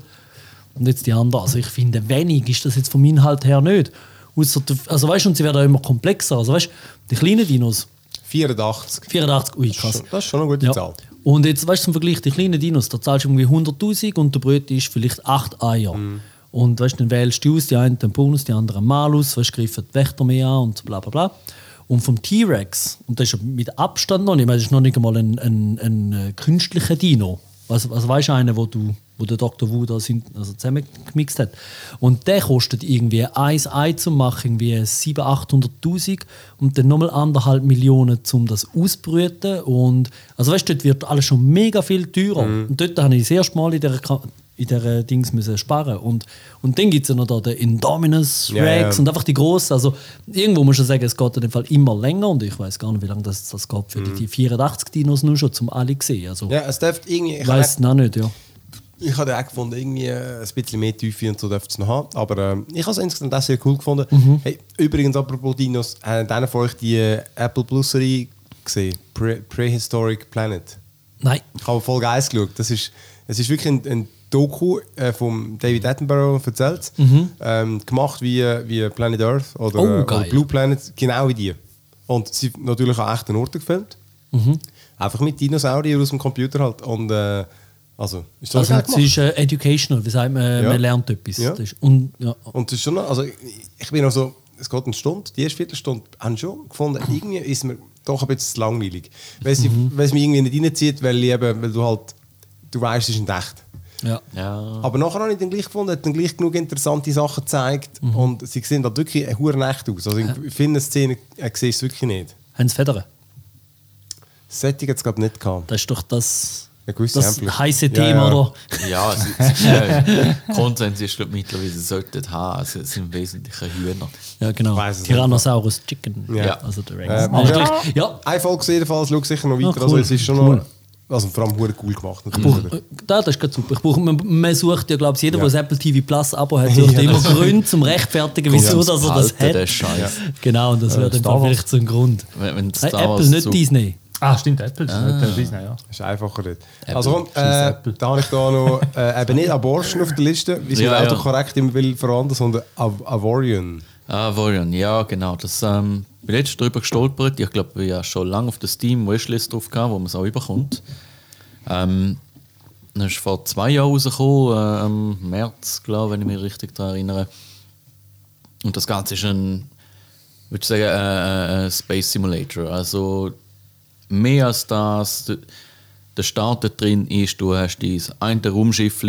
Und jetzt die anderen. Also ich finde, wenig ist das jetzt vom Inhalt her nicht. Ausser, der- also weißt du, und sie werden auch immer komplexer. Also weißt du, die kleinen Dinos,
84.
84, ui
Das
krass.
ist schon eine gute
Ja.
Zahl.
Und jetzt weißt du zum Vergleich, die kleinen Dinos, da zahlst du irgendwie 100.000 und der Brötchen ist vielleicht 8 Eier.
Mhm.
Und weißt, du, dann wählst du aus, die einen den Bonus, die anderen Malus, weißt, du, greifen die Wächter mehr an und so bla bla bla. Und vom T-Rex, und das ist mit Abstand noch nicht, weil das ist noch nicht einmal ein, ein, ein äh, künstlicher Dino. Also, also weißt du, einer, wo, du, wo der Dr. Wu da sind, also zusammengemixt hat. Und der kostet irgendwie ein Ei zum Machen, irgendwie 700.000, 800.000 und dann nochmal anderthalb Millionen, um das ausbrüten. Und, also weißt du, dort wird alles schon mega viel teurer.
Mhm.
Und dort habe ich das erste Mal in dieser, Ka- in dieser Dings müssen sparen. Und, und dann gibt es ja noch da den Indominus Rex
Ja, ja.
und einfach die grossen. Also irgendwo muss man sagen, es geht in dem Fall immer länger und ich weiß gar nicht, wie lange das, das geht für die 84 Dinos nur schon, zum alle gesehen. Also,
Mhm. Ja, es dürfte irgendwie...
ich
Ich habe
weiß es noch nicht, ja.
Ich habe auch gefunden, irgendwie äh, ein bisschen mehr Tiefe und so dürfte es noch haben. Aber ähm, ich habe es insgesamt auch sehr cool gefunden.
Mhm.
Hey, übrigens, apropos Dinos, haben einer von euch die äh, Apple Plus Serie gesehen? Pre Prehistoric Planet.
Nein.
Ich habe voll geil geschaut. Das ist, es ist wirklich ein, ein Doku äh, von David Attenborough erzählt. Ähm, gemacht wie, wie Planet Earth oder,
Mhm. Oh,
äh, oder
geil.
Blue Planet, genau wie die. Und sie sind natürlich an echten Orten gefilmt.
Mhm.
Einfach mit Dinosauriern aus dem Computer halt. Und äh, also, ist das
Also,
geil
es
gemacht.
ist äh, educational, wie sagt man,
Ja.
man lernt etwas.
Ja.
Das ist, und, ja.
Und das ist schon noch, also ich- ich bin auch so, es geht eine Stunde, die erste Viertelstunde haben schon gefunden, irgendwie ist mir doch ein bisschen zu langweilig. Weil es,
Mhm.
weil es mich irgendwie nicht reinzieht, weil, ich eben, weil du halt, du weißt, es ist nicht echt.
Ja. Ah.
Ja.
Aber nachher habe ich den gleich gefunden, hat dann gleich genug interessante Sachen gezeigt
Mhm.
und sie sehen halt wirklich hure echt aus. Also in vielen Szenen äh, siehst du es wirklich nicht.
Hans Federer,
Das Setting hat es glaube ich nicht gehabt.
das ist doch das,
Ja, gewisse
das
Äpfel.
heiße
Ja,
Thema,
ja.
oder?
Ja, es ist,
(laughs)
es ist, äh, Konsens ist glaub, mittlerweile, sie sollten es haben. Also, es sind wesentliche Hühner.
Ja,
Ich
genau.
weiss es
Tyrannosaurus Chicken.
Ja.
Also der Rex.
Äh,
Aber
ja.
gleich- ja.
Eine Folge jedenfalls, schau sicher noch weiter.
Ah, cool.
Also es ist schon
Cool.
noch Also vor allem hure cool gemacht. natürlich,
brauche,
oder?
äh, da, das ist gerade super. Ich brauche, man, man sucht ja, glaube ich, jeder,
Ja.
der das Apple TV Plus Abo
(laughs)
hat, sucht immer Gründe zum Rechtfertigen, wieso dass er das
Behalten, der
hat.
Scheiß.
Genau, und das wäre dann
Star Wars.
vielleicht so ein Grund.
Wenn- wenn
Nein,
Star Wars
Apple, nicht
zu-
Disney.
Ah, stimmt, Apple. ist nicht der Disney, ja.
Ist einfacher nicht. Also komm, äh, da habe ich da noch äh, eben nicht Abortion auf der Liste, wie es
Ja,
ja,
ja.
mir korrekt immer will verwandeln, sondern Av Avorion.
Ah, Vorion, ja, genau. Das ähm, bin jetzt drüber gestolpert. Ich glaube, ich habe schon lange auf der Steam Wishlist drauf gehabt, wo man es auch überkommt. Ähm, das ist vor zwei Jahren rausgekommen, äh, im März, glaube ich, wenn ich mich richtig daran erinnere. Und das Ganze ist ein, würde ich sagen, äh, äh, Space Simulator. Also mehr als das, d- der Start da drin ist, du hast dieses eine Raumschiff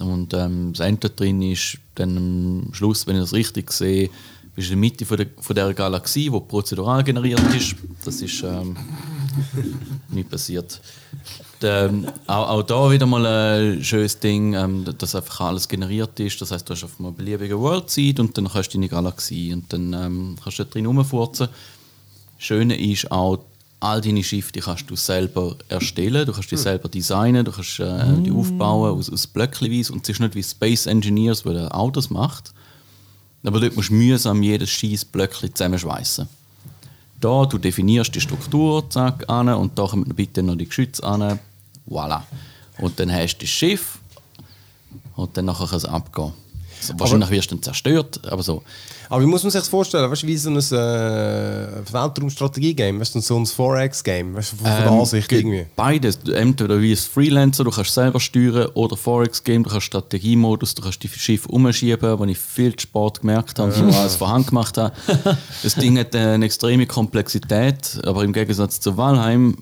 und ähm, das Ende drin ist dann am Schluss, wenn ich das richtig sehe, bist du in der Mitte von der, von der Galaxie, die prozedural generiert ist. Das ist ähm, nicht passiert. Und, ähm, auch, auch da wieder mal ein schönes Ding, ähm, dass einfach alles generiert ist. Das heißt, du hast auf einer beliebigen World Seed und dann kannst du deine Galaxie und dann ähm, kannst du da drin rumfurzen. Schöne ist auch, all deine Schiffe die kannst du selber erstellen, du kannst die selber designen, du kannst äh, die aufbauen aus, aus Blöckchenweise und es ist nicht wie Space Engineers, wo der auch das macht. Aber dort musst du mühsam jedes scheiß Blöckchen zusammenschweissen. Da, du definierst die Struktur, zack, an und da kommen bitte noch die Geschütze an. Voilà. Und dann hast du das Schiff und dann nachher kann es abgehen. So, wahrscheinlich wirst du dann zerstört, aber so.
Aber wie muss man sich das vorstellen? Weißt du, wie so ein äh, Weltraumstrategie-Game, weißt du, so ein 4X-Game, weißt du, von, von der
Ähm,
Ansicht (laughs)
ge-
irgendwie.
Beides. Du- Entweder wie ein Freelancer, du kannst selber steuern, oder Forex-Game, du kannst Strategiemodus, du kannst die Schiffe umschieben, was ich viel Sport gemerkt habe, und ich alles von Hand gemacht
(laughs)
habe. Das Ding hat äh, eine extreme Komplexität, aber im Gegensatz zu Valheim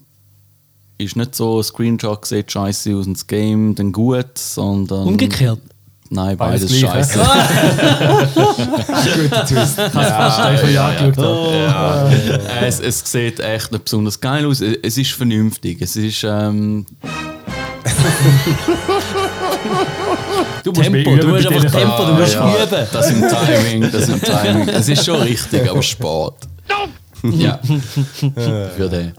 ist nicht so, Screenshot sieht scheiße aus und das Game dann gut, sondern...
Umgekehrt.
Mhm. Nein,
Beides
beides
(laughs)
gleich,
scheiße.
Guter Twist.
Ah, ich ja, ja,
Ja. Es, es sieht echt nicht besonders geil aus. Es ist vernünftig. Es ist. Ähm,
Du musst
Tempo, du musst einfach Tempo, du musst
Ah, ja,
üben.
Das im Timing, das im Timing. Es ist schon richtig, aber Sport. ja. Für den.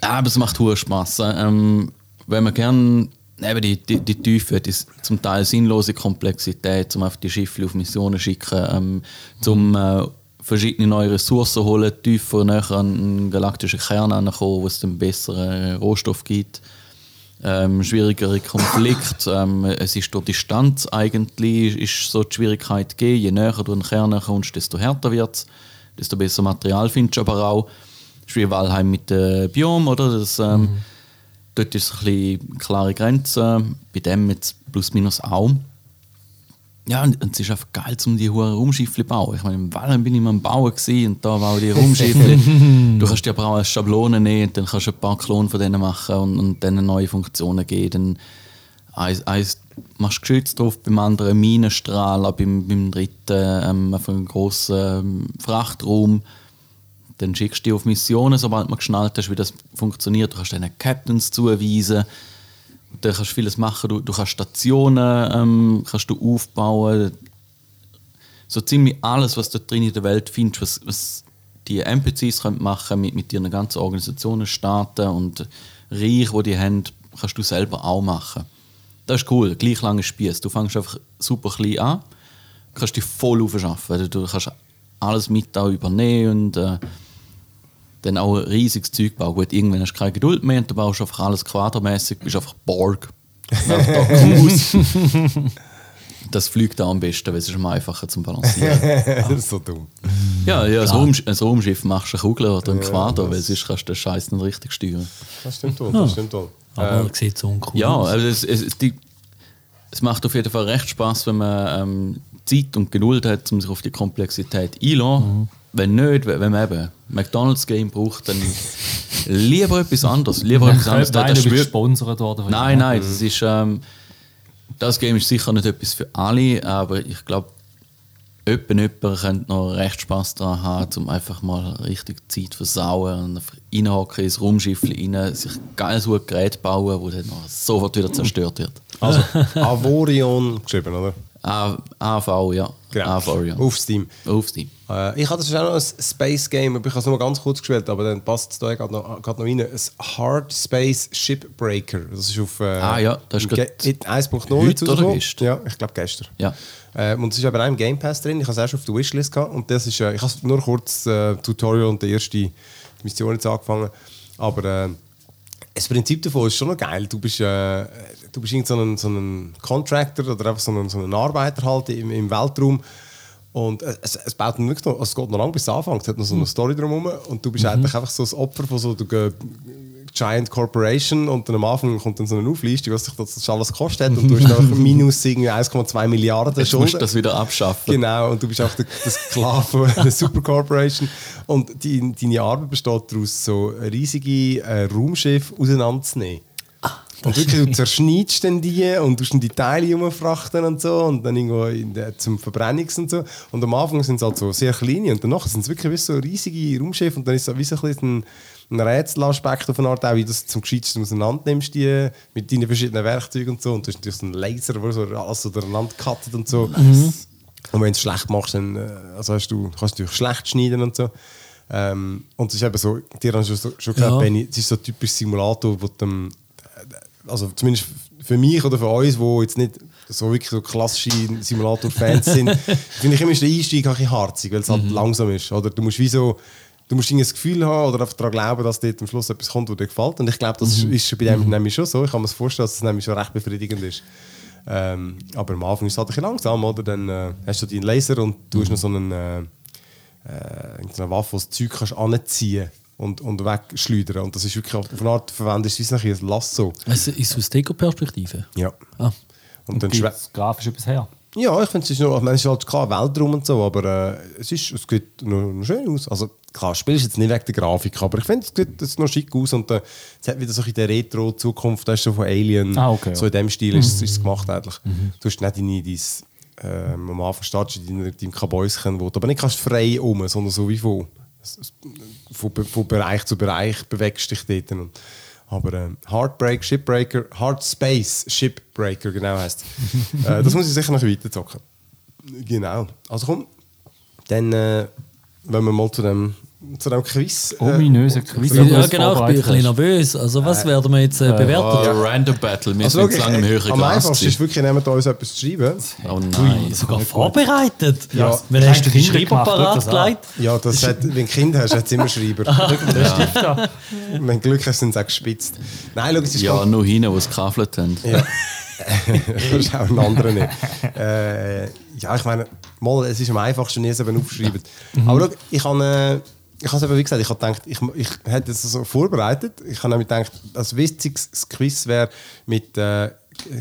Ah, Aber es macht hohen Spass. Ähm, wenn man gern eben die, die, die Tiefe, die s- zum Teil sinnlose Komplexität, zum auf die Schiffe auf Missionen schicken, ähm, zum äh, verschiedene neue Ressourcen holen, tiefer näher an den galaktischen Kern ankommen, wo es dann besseren Rohstoff gibt ähm, schwierigere Konflikt. ähm, es ist durch Distanz eigentlich ist so die Schwierigkeit gegeben. Je näher du an den Kern kommst, desto härter wird es, desto besser Material findest du aber auch. Das ist wie Walheim mit dem Biom, oder? Das, ähm, Dort ist es ein bisschen klare Grenze. Bei dem jetzt plus minus auch. Ja, und, und es ist einfach geil, um die hohen Raumschiffe zu bauen. Ich meine, im Wallen bin ich mal am Bauen gewesen, und da waren auch die Raumschiffe. du kannst die aber auch als Schablone nehmen und dann kannst du ein paar Klone von denen machen und, und denen neue Funktionen geben. Dann eins, eins machst du Geschütz drauf, beim anderen Minenstrahler, beim, beim dritten ähm, einfach einen grossen ähm, Frachtraum. Dann schickst du die auf Missionen, sobald man geschnallt hast, wie das funktioniert. Du kannst deinen Captains zuweisen. Da kannst du vieles machen. Du, du kannst Stationen ähm, kannst du aufbauen. So ziemlich alles, was du drin in der Welt findest, was, was die NPCs können machen mit, mit ihren ganzen Organisationen, Staaten und Reich, wo die haben, kannst du selber auch machen. Das ist cool, gleich lange Spieß. Du fängst einfach super klein an, kannst dich voll aufschaffen. Du kannst alles mit auch übernehmen und äh, dann auch ein riesiges Zeug bauen. Gut, irgendwann hast du keine Geduld mehr und du baust einfach alles quadermäßig, bist einfach Borg. Einfach (laughs) da raus. das fliegt auch am besten, weil es ist am einfacher zum (laughs) Balancieren.
das ist so dumm.
ja, ja, ein, Raumsch ein Raumschiff machst du eine Kugel oder einen Quader, weil sonst kannst du den Scheiß nicht richtig steuern.
Das stimmt wohl, das stimmt wohl.
Aber sieht so uncool
Ja,
aus.
also es, es, es- die, es macht auf jeden Fall recht Spaß, wenn man ähm, Zeit und Geduld hat, um sich auf die Komplexität einzulassen. Wenn nicht, wenn wenn man eben McDonalds-Game braucht, (laughs) dann lieber etwas anderes. Lieber etwas anderes. Da-
Nein,
das
du bist
spürt-
gesponsert worden. von-
Nein,
Mhm.
nein, das ist. Ähm, das Game ist sicher nicht etwas für alle, aber ich glaube, jemand, jemand könnte noch recht Spaß daran haben, um einfach mal richtig Zeit versauen und einfach reinhocken ins Raumschiff rein, sich geil so ein Gerät bauen, wo dann noch sofort wieder zerstört wird.
Also, Avorion geschrieben, oder?
A- AV, ja. AV, ja.
Genau. Auf Steam.
Auf Steam.
Äh, ich hatte schon auch noch ein Space Game, aber ich habe es nur ganz kurz gespielt, aber dann passt es da gerade noch, gerade noch rein. Ein Hard Space Shipbreaker. Das ist auf äh,
Ah, ja, das ist
im Ge-
gerade
in 1.0
heute
jetzt
oder
rausgekommen.
gestern?
Ja, ich glaube gestern.
Ja.
Äh, und es ist aber auch im Game Pass drin. Ich habe es erst auf der Wishlist gehabt und das ist, äh, ich habe nur kurz äh, Tutorial und die erste die Mission jetzt angefangen. Aber äh, das Prinzip davon ist schon noch geil. Du bist, äh, du bist irgend so ein, so ein Contractor oder einfach so ein, so ein Arbeiter halt im, im Weltraum. Und äh, es, es baut wirklich noch, es geht noch lange bis es anfängt. Es hat noch
Mhm.
so eine Story drumherum. Und du bist eigentlich einfach so das Opfer von so der Giant Corporation und dann am Anfang kommt dann so eine Auflistung, was sich das alles kostet und du
(laughs)
hast noch minus irgendwie 1,2 Milliarden
Jetzt musst du
Schulden.
das wieder abschaffen.
Genau, und du bist auch der, der Sklave einer Supercorporation. Und die, deine Arbeit besteht daraus, so riesige äh, Raumschiffe auseinanderzunehmen. und wirklich, du zerschneidest dann die und tust dann die Teile umfrachten und so und dann irgendwo in der, zum Verbrennungs und so. Und am Anfang sind es halt so sehr kleine und danach sind es wirklich wie so riesige Raumschiffe und dann ist es wie so ein, bisschen ein, ein Rätselaspekt auf eine Art, auch wie du es zum Gescheitsten auseinandernimmst die, mit deinen verschiedenen Werkzeugen und so. Und du hast natürlich so einen Laser, der so alles so durcheinander cuttet und so. Und wenn du es schlecht machst, dann äh, also hast du, kannst du natürlich schlecht schneiden und so. Ähm, und es ist eben so, dir hast du schon, schon gesagt,
Ja.
Benni, es ist so ein typischer Simulator, wo dem, also zumindest für mich oder für uns, wo jetzt nicht so wirklich so klassische Simulator-Fans sind, finde ich immer ist der Einstieg ein bisschen harzig, weil es halt langsam ist. Oder du musst wie so, du musst irgendwie das Gefühl haben oder einfach daran glauben, dass dir am Schluss etwas kommt, was dir gefällt. Und ich glaube, das ist- ist schon bei dem nämlich schon so. Ich kann mir das vorstellen, dass es nämlich schon recht befriedigend ist. Ähm, aber am Anfang ist es halt ein bisschen langsam, oder? Dann äh, hast du deinen Laser und du hast noch so einen, äh, äh, so eine Waffe, wo du das Zeug kannst anziehen und, und wegschleudern. Und das ist wirklich auf eine Art verwendet, ist es wie ein Lasso.
Es ist aus Deko-Perspektive.
Ja.
Ah.
Und dann schwe-
Gibt's grafisch etwas her.
ja, ich finde, es ist noch, ich meine, es ist halt klar Weltraum und so, aber äh, es, ist, es sieht noch, noch schön aus. Also klar, das Spiel ist jetzt nicht wegen der Grafik, aber ich finde, es sieht jetzt noch schick aus und äh, es hat wieder so ein bisschen der Retro-Zukunft, das ist so von Alien,
Ah, okay,
so in dem Stil ist,
Mhm.
es- ist es gemacht eigentlich. Du hast nicht deine, dein, ähm, am Anfang startest du in deinem- deinem Kabäuschen, wo du aber nicht kannst frei um, sondern so wie von, von, von Bereich zu Bereich bewegst dich dort. Und, aber ähm, Heartbreak, Shipbreaker, Hard Space, Shipbreaker, genau heisst
(laughs)
es. äh, das muss ich sicher noch weiter zocken. Genau. Also komm, dann äh, wenn wir mal zu dem, zu dem Quiz. äh,
Ominöse Quiz.
Ja,
wo du
genau, ich
es
bin ein
vorbereitet
bisschen
hast.
nervös. Also, was werden wir jetzt äh, bewerten?
Oh, Random Battle, wir sind
wirklich,
zu lange im
äh,
höheren
Am
Glas.
einfachsten ist
gewesen.
wirklich, nehmen wir uns etwas zu schreiben.
Oh nein.
Sogar vorbereitet?
Ja.
Wenn hast du den
Kleine
Schreiber
gemacht,
parat
das auch.
gelegt?
Ja, das hat, wenn du Kinder hast, hat es immer
(laughs)
Schreiber.
Ah,
wenn du Glück hast, sind sie auch gespitzt. Nein, schau, es ist
Ja,
ganz-
nur hin, wo es gekafelt haben.
das ist auch ein anderer nicht. Äh, ja, ich meine, mal, es ist am einfachsten, wenn ihr es eben aufschreibt.
Mhm.
Aber schau, ich habe äh, ich habe es eben, wie gesagt, ich habe gedacht, ich, ich hätte es so vorbereitet. Ich habe nämlich gedacht, das wichtigste Quiz wäre mit äh,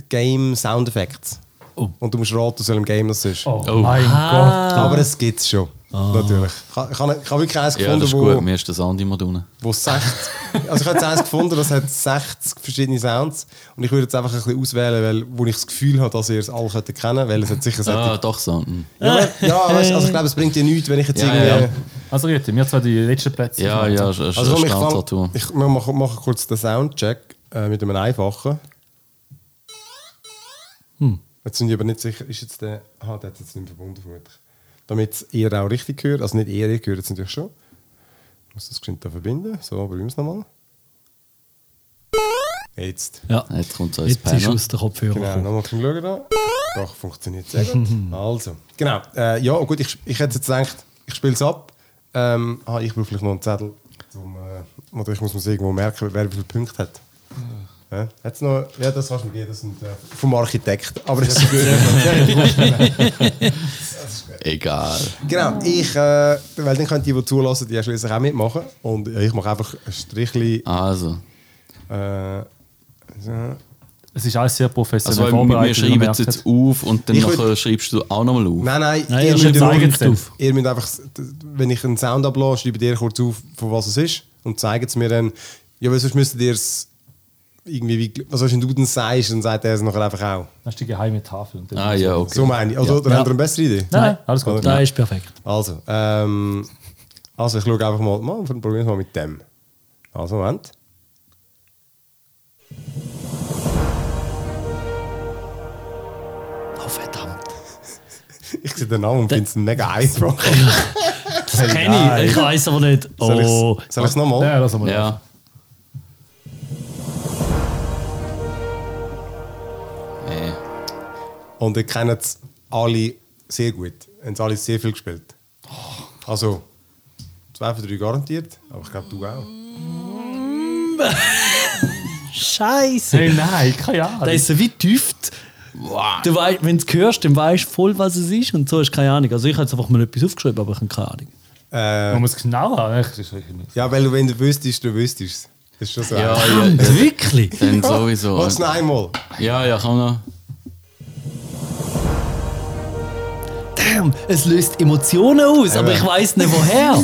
Game Sound Effects. Und du musst raten, aus welchem Game das ist.
Oh,
Oh. Ah.
mein
Aber es gibt es schon. Natürlich. Ich habe- Ich habe ich habe wirklich eins
Ja,
gefunden,
das ist
wo,
gut, mir ist das Andi mal unten.
wo 60.
(laughs)
Also ich habe jetzt eins gefunden, das hat 60 verschiedene Sounds. Und ich würde jetzt einfach ein bisschen auswählen, weil, wo ich das Gefühl habe, dass ihr es alle könnt kennen könnt, weil es hat sicher
Ah,
solche-
doch, Sonden.
Ja, aber- ja weißt, du, also ich glaube, es bringt dir nichts, wenn ich jetzt
Ja,
irgendwie...
ja.
Gott. Also, Jutta, wir zwei die letzten Plätze.
Ja, ja, sch- sch-
Also komm, ich,
Startatur.
fang, ich wir machen, machen kurz den Soundcheck äh, mit einem einfachen. Jetzt sind ich aber nicht sicher, ist jetzt der... Ah, der hat jetzt nicht verbunden, vermutlich. Damit ihr auch richtig hört, also nicht ihr, ihr hört es natürlich schon. Ich muss das geschwind da verbinden, so, probieren wir es nochmal. Jetzt.
Ja.
Jetzt kommt so ein
Jetzt ist
Panel.
aus der Kopfhörer
Genau,
gekommen.
nochmal zum Schauen da. Doch, funktioniert sehr gut. (laughs) Also, genau. Äh, ja, gut, ich, ich hätte jetzt gedacht, ich spiele es ab. Ähm, ah, ich brauche vielleicht noch einen Zettel. Zum, äh, oder ich muss mir irgendwo merken, wer wie viele Punkte hat. Ja, hat's noch, ja das kannst du mir geben, das sind, äh, vom Architekt. Aber das ist gut.
Egal.
genau, ich, äh, weil dann können die, die zulassen, die ja schließlich auch mitmachen. Und ja, ich mache einfach ein Strichli.
Also,
Äh, so.
Es ist alles sehr professionell
also wir, wir
vorbereitet. wie man
schreiben es
merkt.
jetzt auf und dann
Ich würd-
nachher schreibst du auch nochmal auf.
Nein, nein,
Nein,
ihr
er
müsst
schreibt
nur-
eigentlich drauf.
Ihr müsst einfach, wenn ich einen Sound ablasse, schreibt ihr kurz auf, von was es ist und zeigt es mir dann. Ja, weil sonst müsstet ihr es irgendwie, wie, was weißt, du, wenn du dann sagst, dann sagt er es nachher einfach auch.
Das ist die geheime Tafel. Und dann-
Ah ja, okay.
So meine ich. Oder, oder
Ja.
habt ihr eine bessere Idee?
Nein, alles gut.
Da ist perfekt.
Also, ähm, also ich schaue einfach mal, mal probieren wir es mal mit dem. Also, Moment.
Oh, verdammt.
Ich sehe den Namen und finde es mega einfach.
Das kenne ich, ich weiß aber nicht.
Soll
Oh,
ich es nochmal?
lass mal.
Ja. Äh,
Und ihr kennt es alle sehr gut. Haben es alle sehr viel gespielt. Also, zwei von drei garantiert, aber ich glaube, du auch.
Scheiße.
Hey, nein, keine
Da
Ahnung.
ist so wie tüft.
wow.
Du weißt, wenn du es hörst, dann weißt du voll, was es ist. Und so hast du keine Ahnung. Also ich habe jetzt einfach mal etwas aufgeschrieben, aber ich habe keine Ahnung.
Wenn man es genau haben. Ich, ich, ich, ich,
Ja, weil du, wenn du wüsstest, du wüsstest. Das ist schon so.
Ja,
(laughs)
also,
einfach.
ja,
Wirklich?
dann
(laughs)
sowieso.
Was noch einmal?
Ja, ja, komm noch.
Damn, es löst Emotionen aus, aber ich weiß nicht woher.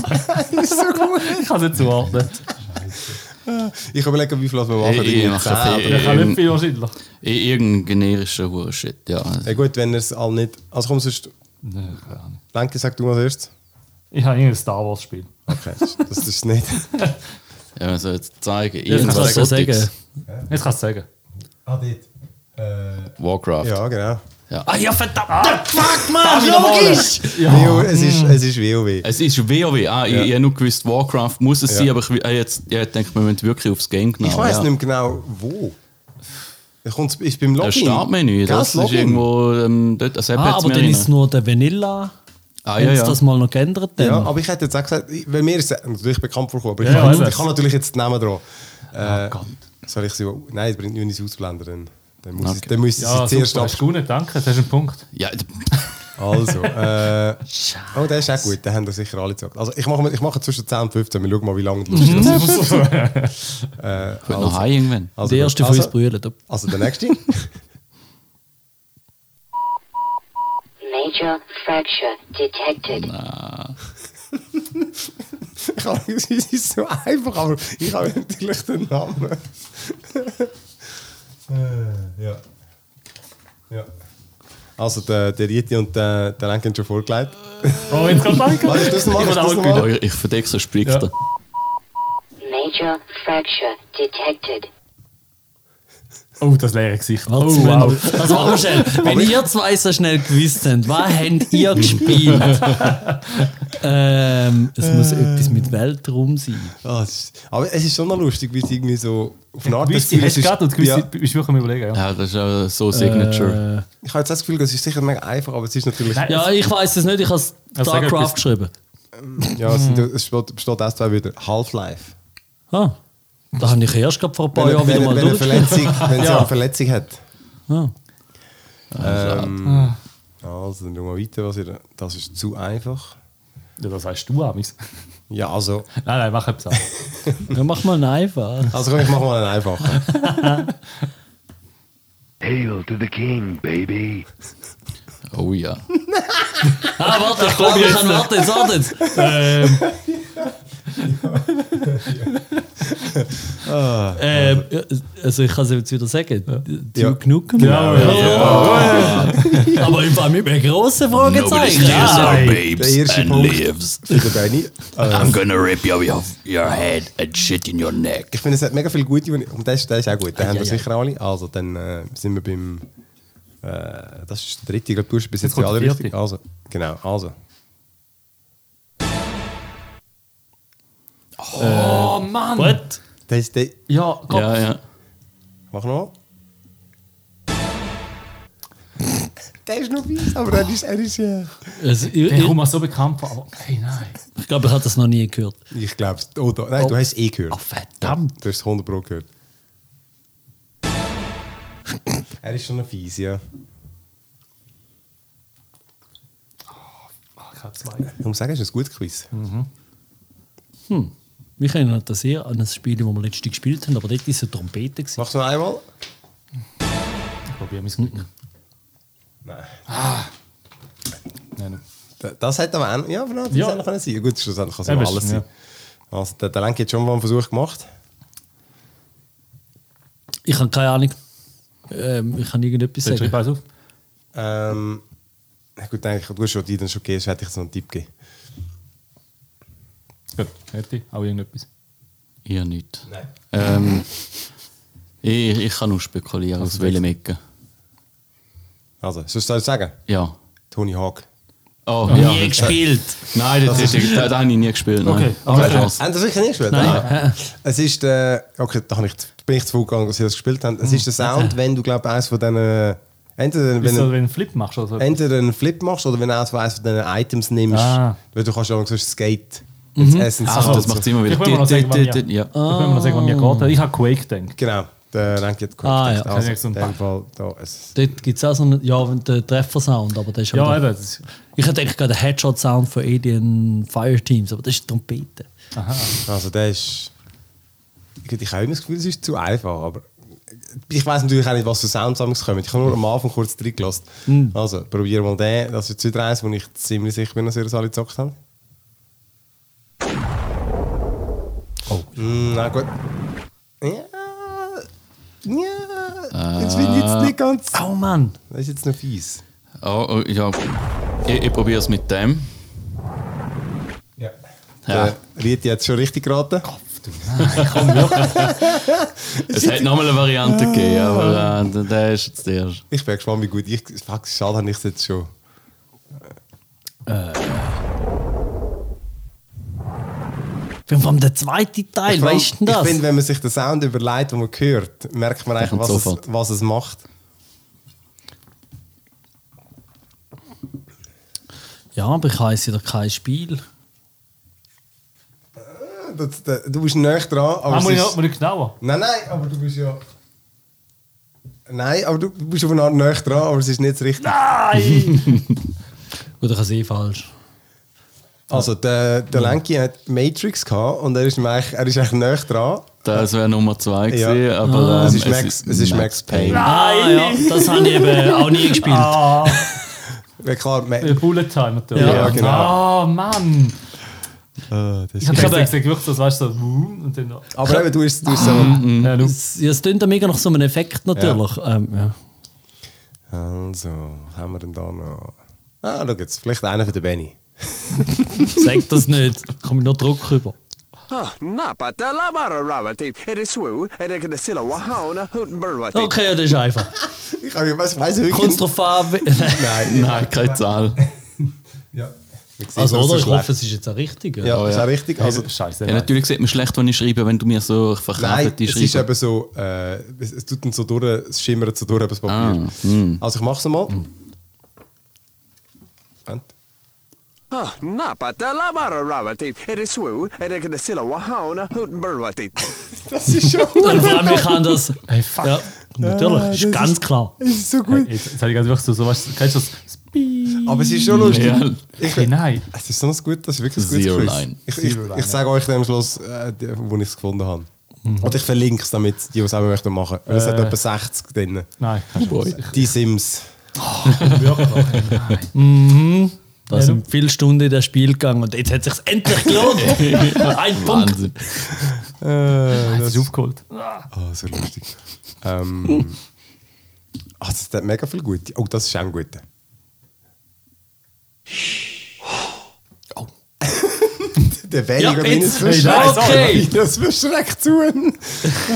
ich kann es nicht zuordnen.
Ich überlege, wie viel wir machen.
Hey, ich
irgendwie
mache
10 oder-
viel.
Ich kann nicht
Ähm.
viel wahrscheinlich.
I- Irgendein generischer Hurshit, ja.
Ja gut, wenn er es all nicht... Also komm, sonst...
Nein, keine Ahnung.
Lenke, sag du mal zuerst.
Ich habe irgendein Star Wars Spiel.
Okay, das ist es nicht.
Ja, man soll jetzt zeigen.
Ich kann
Irgendwas
so sagen.
Gutes.
Jetzt kannst du es sagen.
(laughs) Ah, dort. Äh,
Warcraft.
ja, genau.
Ah ja, verdammt! fuck, Mann! Logisch!
WoW, es ist, es ist WoW.
Es ist WoW. Ah, ich, ich habe nur gewusst, Warcraft muss es
Ja.
sein, aber ich, ah, jetzt, ja, ich denke, wir müssen wirklich aufs Game genau.
Ich weiß
ja.
nicht mehr genau, wo. Ich komm's, ist beim Login.
Das Startmenü,
Gell,
das ist
Login.
irgendwo ähm, dort. Das App
Ah,
hat's
aber
mir
dann
rein.
ist es nur der Vanilla.
Ah,
Wenn
ja,
es
ja.
das mal noch geändert dann.
Ja, aber ich hätte jetzt auch gesagt, ich- weil mir ist es natürlich bekannt vorgekommen, aber ich,
Ja,
kann,
eben.
ich kann natürlich jetzt den Namen dran.
Ah,
Äh,
Gott.
soll ich sie... Nein, es bringt nicht, wenn ich sie ausblende. Dann, dann muss ich,
Okay.
dann müssen sie
Ja,
zuerst
super.
ab...
Hast du nicht, danke. Das ist ein Punkt.
ja, d-
Also, äh, oh, der ist auch gut, den haben da sicher alle gesagt. Also, ich mache, mal- ich mache zwischen 10 und 15, wir schauen mal, wie lange die
Mhm.
Lust ist.
ich will noch heim irgendwann.
Also,
der erste von
also,
uns brüllt.
Also, der nächste.
(laughs)
Major fracture detected.
Ah.
ich kann, es ist so einfach, aber ich habe natürlich den Namen. äh, ja. Ja. eh, Also, der, der Rieti und der, der Lenk haben schon vorgelegt.
Oh, jetzt kommt danke.
Warte, das mal,
Ich
das
will auch
mal.
Ja, ich- ich verdecke so Spick
Ja.
da.
Major fracture detected.
Oh, das leere Gesicht.
Warte,
oh,
oh,
wow.
Das machen wir schnell. Wenn ihr zwei so schnell gewusst habt, was habt ihr gespielt? ähm, es muss etwas mit Weltraum sein.
Ah, es ist, aber es ist schon noch lustig, wie es irgendwie so auf eine Art
Du
das
hast
Gefühl es ist-
gerade und du
ja,
bist wirklich am überlegen. Ja.
Ja, das ist äh, so Signature.
Ich habe jetzt auch das Gefühl, es ist sicher mega einfach, aber es ist natürlich.
Nein,
Ja, ich weiß es nicht, ich habe
Also sag
StarCraft
etwas.
geschrieben.
Ja, es, sind, es steht, steht auch zwei wieder. Half-Life.
Ah, da habe ich erst gerade vor ein paar
Wenn,
Jahren
wenn,
wieder
wenn,
mal
eine
durch.
Verletzung, (laughs) wenn sie
Ja.
eine Verletzung hat.
Ah.
Ähm, also, dann schauen wir weiter. Was ihr, das ist zu einfach.
Ja, das heißt du, Amis. (laughs)
Ja, also.
Nein, nein, mach etwas anderes.
Ja, mach mal einen einfach.
Also, komm, ich mache mal einen einfachen.
Hail to the king, baby.
Äh.
Oh ja.
Ah, warte, ich glaube, ich kann warten, jetzt warten. jetzt. Ähm, ja, also ich kann es jetzt wieder sagen. Zu
Ja.
genug.
Ja, ja,
Aber im Fall mit einem grossen
Nobody
Fragezeichen.
steals
Ja.
our
Der
babes
erste
and
Punkt. Äh.
lives.
Für den (laughs) Benni.
I'm gonna rip your, your head and shit in your neck.
Ich finde, es hat mega viele gute. Und und das, ist- das ist auch gut. Den haben wir sicher alle. Also, dann äh, sind wir beim. Äh, das ist der dritte. Ich glaube, du hast bis jetzt,
kommt
die alle
der
richtig.
vierte.
Also, genau. Also.
What?
Das ist der.
Ja, komm.
Ja, ja.
Mach noch. Der ist noch weiss, aber er ist. Er ist äh
Also, ich
Ich
ich,
komme mir so bekannt vor. Aber, hey, nein.
ich glaube, ich habe das noch nie gehört.
ich glaube es. Oh, da, nein, du hast es eh gehört.
Ah, verdammt.
Du hast es 100 Dus Pro gehört. er ist schon ein fies, ja.
Ah, keine zwei.
Ich muss sagen, es ist ein gutes Quiz.
Mich erinnert das sehr an ein Spiel, das wir letztens gespielt haben, aber dort war es eine Trompete. gewesen.
Machst du noch einmal?
Ich probiere mein Glück.
Nein.
Nein, nein.
Da- Das hätte aber auch. Ja, aber nein, das
Ja.
hätte noch können sein Gut, schlussendlich kann es
Ja,
immer
bist-
alles
ja.
sein. Also, der, der Lenk hat schon mal einen Versuch gemacht.
Ich habe keine Ahnung. Ähm, ich kann irgendetwas
Schreib
sagen.
alles auf.
Ähm, na gut, eigentlich, du hast schon die dann schon gegeben, sonst hätte ich jetzt noch einen Tipp gegeben.
Gut, hätte ich auch irgendetwas.
Ihr nicht.
Nein.
Ähm, ich, ich kann nur spekulieren, aus welchem Ecke.
Also, sollst du das sagen?
Ja.
Tony Hawk.
Oh,
Nie
ja.
gespielt.
Nein, das, das, das, das habe ich nie gespielt. Nein.
Okay,
Keine
okay.
Chance.
Haben das sicher nicht gespielt?
Nein.
Es ist der. Okay, da habe ich, bin ich zu früh gegangen, dass sie das gespielt haben. Es ist der Sound, wenn du, glaube ich, eines von diesen. Entweder wenn,
Wenn du
ein-
wenn du einen Flip machst oder so.
entweder einen Flip machst oder wenn du eines von eines von diesen Items nimmst.
Ah.
Weil du kannst ja auch so Skate. Mhm. Essence
Ah, das macht es immer wieder.
Also, Ich will mal noch sagen, wann wir-
Ja.
Da können wir noch sagen, was mir geraten hat. Ich habe Quake gedacht.
Genau. Der Ranky hat
Ah,
gedacht,
ja.
also,
Ja, so
in
ein
dem
Pack.
Fall, da, es,
Dort gibt es auch so einen ja, wenn der Treffersound, aber das ist
Ja,
halt-
eben. Das ist,
Ich hätte eigentlich gerade den Headshot-Sound von Alien Fireteams, aber das ist Trompete.
also der ist... Ich, ich habe immer das Gefühl, es ist zu einfach, aber... Ich weiß natürlich auch nicht, was für Sounds am kommen. Ich habe nur am Anfang kurz reingelassen. Also, probier mal den. Das ist wieder eins, wo ich ziemlich sicher bin, dass ihr das alle gezockt habt. Oh. na gut. Ja... Ja... Jetzt bin ich jetzt nicht ganz...
Oh Mann!
Das ist jetzt noch fies.
Oh, oh, ja. Ich, ich probiere es mit dem.
Ja.
Ja.
Der Rieti hat es schon richtig geraten.
Es hätte nochmal eine Variante gegeben, aber äh, der- der ist jetzt der. erste.
Ich bin gespannt, wie gut ich. Fuck, schade, habe ich es jetzt schon.
Vor allem der zweite Teil,
Vor allem,
weißt du denn das?
Ich finde, wenn man sich den Sound überlegt, den man hört, merkt man eigentlich,
kommt
was es,
sofort.
was es macht.
ja, aber ich heiße ja kein Spiel.
Das, das, du bist näher dran, aber.
ah,
es
muss ich noch-
ist,
muss ich genauer?
nein, nein, aber du bist ja. Nein, aber du du bist auf eine Art näher dran, aber es ist nicht das Richtige.
Gut, ich kann es eh falsch.
Also, der, der Lenki hat Matrix gehabt und er ist, ihm eigentlich- er ist eigentlich näher dran.
Das wäre Nummer 2
Ja. Ah.
gewesen, aber.
es
ähm,
ist Max- es ist Max Payne.
Ah, ja, das habe ich eben auch nie gespielt.
Ah,
Ja, klar, Ma
der Bullet Time natürlich.
Ja, genau.
Ah, Mann. Ich habe
Ich habe-
gesagt, wirklich, das weißt du, so, boom, und dann.
Ah, aber eben, du bist. Du bist so,
Ja, du.
Es, ja, es klingt ja mega nach so einem Effekt natürlich. Ja. Ähm, ja.
also, was haben wir denn da noch? Ah, schau jetzt, vielleicht einer für den Benny. (laughs)
Sag das nicht, komme ich nur Druck über.
Napata lavara ravati, it is swu, and it can sila wahona hutberwati.
Okay, ja, das ist einfach.
Ich weiß wirklich
Kommt drauf
(laughs)
an. wie-
Nein,
Nein, keine Zahl.
Ja.
Also, oder? Ich hoffe, es ist jetzt auch richtig.
Ja, ist auch richtig. Also,
Scheiße.
Ja, natürlich sieht man schlecht, wenn ich schreibe, wenn du mir so
nein,
verkauft
es ist
schreibst.
eben so, äh, es, es tut dann so durch, es schimmert so durch eben das Papier. Also ich mach's mal. Moment.
Napata lavara ravati, it is swu, and it can sila wahona hutberwati.
Das ist
(laughs)
schon
Und vor allem, ich kann das.
Hey, fuck.
Ja,
Ah,
natürlich,
das
ist ganz
ist-
klar.
es ist so
Hey,
gut.
Jetzt, jetzt habe ich gerade wirklich so, so weißt du, kennst du das? Speed.
Aber es ist schon lustig.
Ja.
Ich,
Genau.
Hey, nein.
es ist so ein gut, das ist wirklich ein gutes
Zero
Quiz.
Line.
Ich, ich,
Zero Line,
ich sage euch dann am Schluss, äh, die- wo ich es gefunden habe.
Mhm.
Und ich verlinke es, damit die, die es selber möchten, machen. Weil es hat
Äh.
etwa 60 drin.
Nein, kannst du nicht.
Die Sims.
Da sind viele Stunden um in das Spiel gegangen und jetzt hat es sich endlich
(laughs)
gelohnt. Ein Punkt.
Wahnsinn.
Äh,
Das ist aufgeholt.
Ah, so lustig. ähm, also, es hat mega viel gute. Oh, das ist auch ein guter. Oh. (laughs) Der Benny
Ja,
ja, ist
jetzt- Hey,
verschreckt.
okay.
Das verschreckt zu.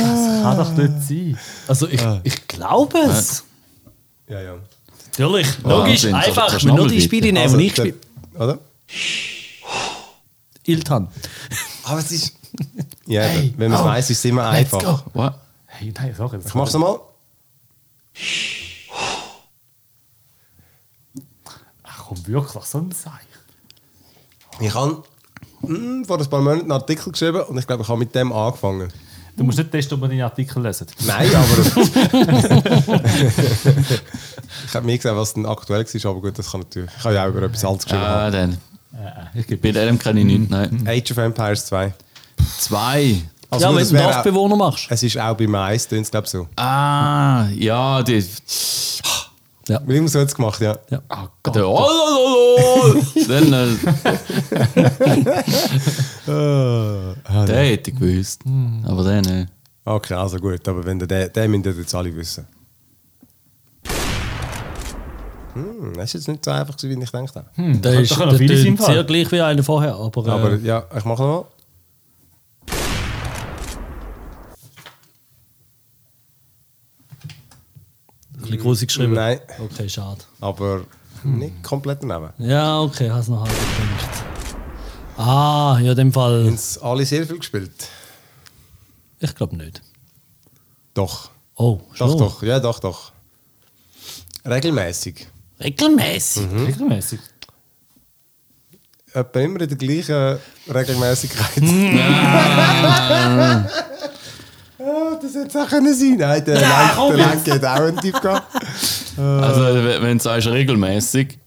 Kann doch nicht sein.
Also ich,
Ah.
ich glaube es.
Ja, ja.
Natürlich. Logisch,
Wahnsinn, so- so
einfach.
schnell
Wenn nur die
bitte.
Spiele nehmen,
Also,
die ich
der-
spiele.
Oder?
Iltan.
Also Aber es ist. oh, Ja, wenn man es weiß, ist es immer einfach.
What?
Hey, nein, sorry. Das
Ich mach's nochmal.
Ach komm, wirklich, so ein Seich.
Ich habe mm, vor ein paar Monaten einen Artikel geschrieben und ich glaube, ich habe mit dem angefangen.
Du musst nicht testen, ob man deine Artikel lesen.
Nein, aber. (laughs) ich habe mir gesagt, was denn aktuell war, aber gut, das kann natürlich. Ich habe ja auch über etwas anderes geschrieben.
Ah, dann.
Äh, Ich Hm. gebe
Bei dem kann ich nichts. Nein.
Age of Empires 2.
Zwei.
Also
Ja,
nur,
wenn
das
du einen
wäre auch,
Dorfbewohner machst.
es ist auch bei Mais, tun es glaube ich so.
Ah, ja, die.
Weil immer so hat es gemacht, ja. Ah,
Der oh, oh, oh, oh. (laughs) Dann, äh, der hätte ich gewusst. Aber äh, der nicht.
Ah. Okay, also gut, aber wenn der, der, der müsst ihr jetzt alle wissen. Hm, das ist jetzt nicht so einfach, gewesen, wie ich gedacht habe.
Der ist
doch noch
der
viele
tönt
sinnvoll.
sehr gleich wie einer vorher, aber, äh,
Aber ja, ich mache nochmal.
ein bisschen groß geschrieben.
Nein,
Okay, schade.
aber Nicht komplett daneben.
Ja, okay, hast noch halb gedacht. Ah, ja, in dem Fall.
Haben sie alle sehr viel gespielt?
Ich glaube nicht.
Doch.
Oh,
Doch,
schon.
doch. Ja, doch, doch. Regelmäßig.
Regelmäßig.
Mhm.
Regelmäßig.
Etwa immer in der gleichen
(laughs)
Regelmäßigkeit. Ah, das hätte es auch können sein. Nein, der Lenk- der Lenk hat auch einen Typ gehabt.
Also, wenn wenn du sagst, regelmäßig.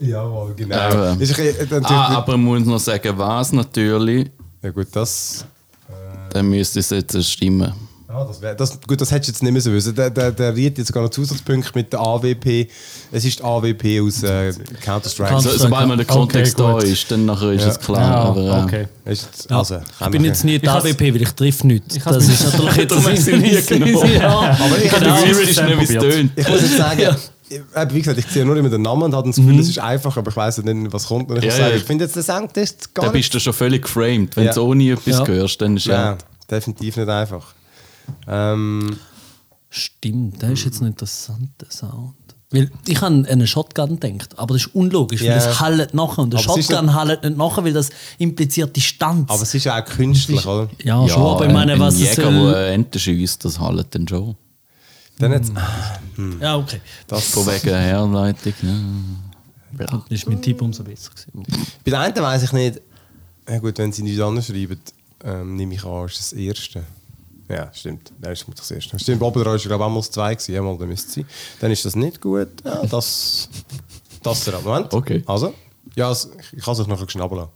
Jawohl, genau.
Ähm.
Ist ein bisschen, natürlich,
Ah, aber ich muss noch sagen, was natürlich.
Ja gut, das...
Dann müsste es jetzt stimmen.
Ah, das wär, das, gut, das hättest du jetzt nicht müssen wissen. Der, der, der riet jetzt sogar noch Zusatzpunkte mit der AWP. Es ist die AWP aus äh, Counter-Strike. (laughs)
So,
Counter-
sobald man der
Okay,
Kontext da
gut.
ist, dann nachher ist
Ja.
es klar. aber, äh,
Ah, okay.
Ist, also,
Ich bin jetzt nie
Ich
der
has-
AWP, weil ich treffe nichts.
has
Das
mich-
ist natürlich jetzt
Darum hast du sie nie
(laughs)
genommen.
Aber
ich
ich
hab
Genau,
genau.
das
Serious
ist nicht, wie es
probiert.
tönt.
Ich muss jetzt
(laughs)
sagen, ich, eben, wie gesagt, ich sehe nur immer den Namen und habe das Gefühl, es ist einfach, aber ich weiß nicht, was kommt. Und ich
Mhm. Ja,
muss sagen,
ja.
ich finde jetzt den Songtest gar
Dann
nicht...
bist du schon völlig geframed. Wenn
Ja.
du ohne etwas
Ja.
hörst, dann ist
ja,
ja.
definitiv nicht einfach. Ähm,
Stimmt, das ist jetzt ein interessanter Sound. Weil ich an einen Shotgun gedacht, aber das ist unlogisch,
Ja.
weil das hallet nachher und der
Aber es ist
Shotgun hallet nicht nachher, weil das impliziert Distanz.
aber es ist ja auch künstlich, oder?
ja, schon, aber ich meine,
ein,
was
ein
es
Jäger,
soll-
der eine Ente schiesst, das hallet dann schon.
Dann jetzt,
Ja, okay.
das,
Mhm. Von wegen Herleitung. Ne?
Dann ist mein Tipp umso besser gewesen.
bei den einen weiß ich nicht... Ja gut, wenn sie nichts anderes schreiben, ähm, nehme ich an, ist das Erste. Ja, stimmt. Nein, das ist das Erste. Stimmt, Oberdra war glaube ich auch mal das Zwei, gewesen. ja, mal, dann müsste es sein. Dann ist das nicht gut. Ja, das... Das ist der Moment.
Okay.
Also, ja, es- ich kann es euch nachher schnabbeln.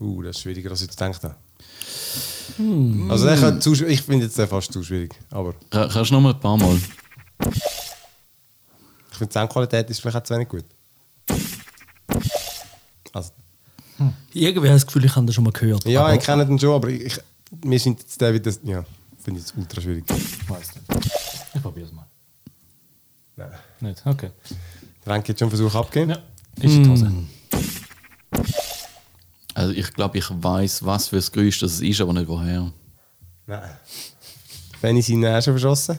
Uh, das ist schwieriger, als ich gedacht habe. Also, der könnte zu, schw- ich finde jetzt den fast zu schwierig. Aber
Ka- Kannst du noch mal ein paar Mal?
ich finde, die Soundqualität ist vielleicht auch zu wenig gut. Also,
Irgendwie habe ich das Gefühl, ich habe das schon mal gehört.
ja,
aber
ich kenne den schon, aber ich, ich, mir sind jetzt der wieder. Ja, finde ich jetzt ultra schwierig.
Weiss nicht. Ich probiere es mal.
Nein.
Nicht? Okay.
Der Renke hat schon einen Versuch abgegeben.
Ja. Ist in die Hose.
Also ich glaube, ich weiß, was für ein Geräusch das ist, aber nicht woher.
Nein. Wenn ich seinen auch schon verschossen.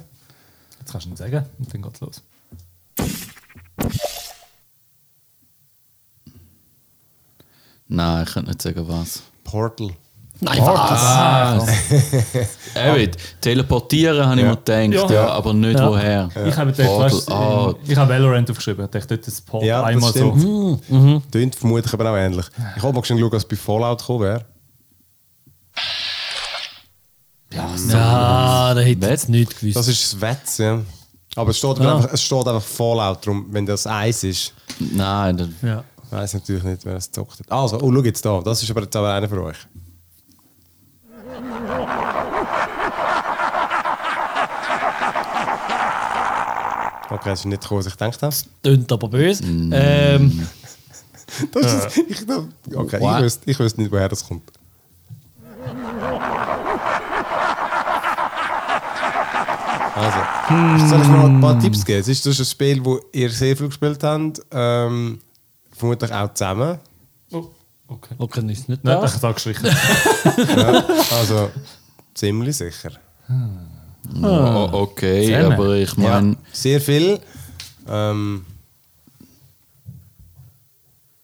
Jetzt kannst du ihn sagen und dann geht's los.
Nein, ich könnte nicht sagen, was.
Portal.
Nein, was?
(laughs) David, teleportieren habe
Ja.
ich mir gedacht, ja.
Ja.
aber nicht
Ja.
woher.
Ich habe äh, gedacht,
Portal,
weißt, du,
ah.
ich habe Valorant aufgeschrieben. Ich dachte, dort das Port
Ja, das
einmal so.
stimmt. Tönt vermutlich aber auch ähnlich. Ich hoffe, mal schon schauen, was bei Fallout gekommen wäre.
Also, Ja, da hätte ich jetzt nicht gewusst.
Das ist das Wetz, ja. Aber es steht, aber
Ja.
einfach, es steht einfach Fallout drum, wenn das Eis ist.
Nein, dann,
ja.
Ich weiß natürlich nicht, wer es gezockt hat. Also, oh, schau jetzt da. Das ist aber jetzt aber einer für euch. Okay, es ist nicht gekommen, was ich gedacht habe.
Tönt aber böse. Ähm,
(laughs) Das ist, ich, glaub- okay, ich
Wow.
wüsste, ich wüsste nicht, woher das kommt. Also, soll ich noch ein paar Tipps geben? Es ist, das ist ein Spiel, das ihr sehr viel gespielt habt. Ähm, vermutlich auch zusammen.
Oh, okay.
okay, ist nicht
Nein,
das.
ich sage richtig.
Also, ziemlich sicher.
oh, okay,
Ah. Zusammen.
aber ich meine,
Sehr viel. Ähm,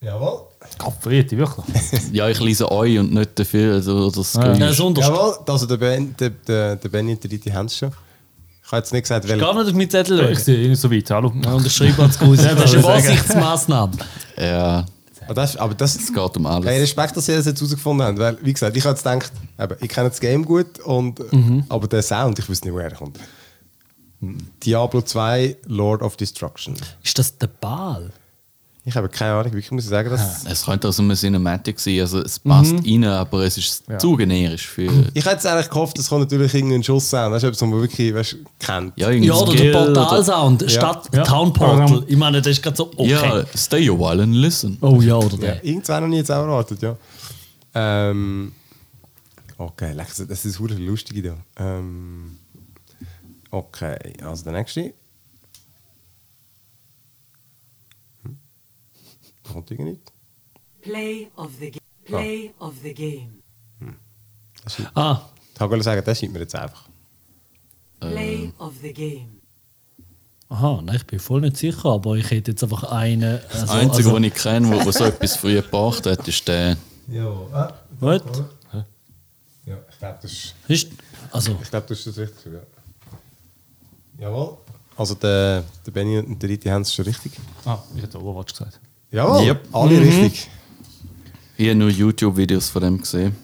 Jawohl.
Kapriete, wirklich.
ja. ich lese euch und nicht dafür. Also das
Ah.
Geräusch.
Ja, das ist unterst-
Jawohl, also der, ben, der, der, der Benny und der Didi haben es schon. Ich habe jetzt nicht gesagt, welche.
Gar nicht auf meinen Zettel
Ich
schauen.
sehe ihn nicht so weit. Hallo.
Ja, unterschreiben (laughs) als Grüße.
Ja,
Das ist eine
würde ich sagen.
Vorsichtsmaßnahme.
Ja,
Aber Ah, das, aber das,
es geht um
Hey,
alles.
Respekt, dass ihr das jetzt herausgefunden habt. Weil, wie gesagt, ich habe jetzt gedacht, eben, ich kenne das Game gut, und, aber der Sound, ich wüsste nicht, woher er kommt. Diablo 2, Lord of Destruction.
Ist das der Ball?
Ich habe keine Ahnung, wirklich muss ich sagen, dass.
Es könnte aus einer Cinematic sein, also es passt rein,
Mhm.
aber es ist zu generisch für...
Ich hätte jetzt eigentlich gehofft, es kommt natürlich irgendein Schuss sein. Weißt du, etwas, was man wirklich weißt, du, kennt.
Ja,
Ja,
irgendein
oder
Skill
der Portalsound statt
Ja.
Town Portal. Ich meine, das ist gerade so okay.
Ja, stay a while and listen.
Oh ja, oder
Ja,
der.
irgendwann habe ich jetzt auch erwartet, ja. Ähm, okay, leck, das- das ist wirklich lustig da. Ähm, okay, also der nächste. Hm. Hm? Kommt irgendwie nicht.
Play of the game. Play of the game.
Das scheint-
Ah,
Ich wollte sagen, das schreibt mir jetzt einfach.
Play of the game.
Aha, nein, ich bin voll nicht sicher, aber ich hätte jetzt einfach also, einen.
Das also- Einzige, den ich kenne, wo, wo so etwas früh gebracht hat, ist der.
Ja. Ah,
What?
ja, ich glaube, das ist...
Ist, also,
Ich glaube, das ist das Richtige. Ja. Jawohl. Also der, der eh, Benny und der Riti haben es schon richtig.
Ah, ich hätte Overwatch gesagt.
Jawohl,
Yep.
alle richtig.
Ich habe nur YouTube-Videos von dem gesehen.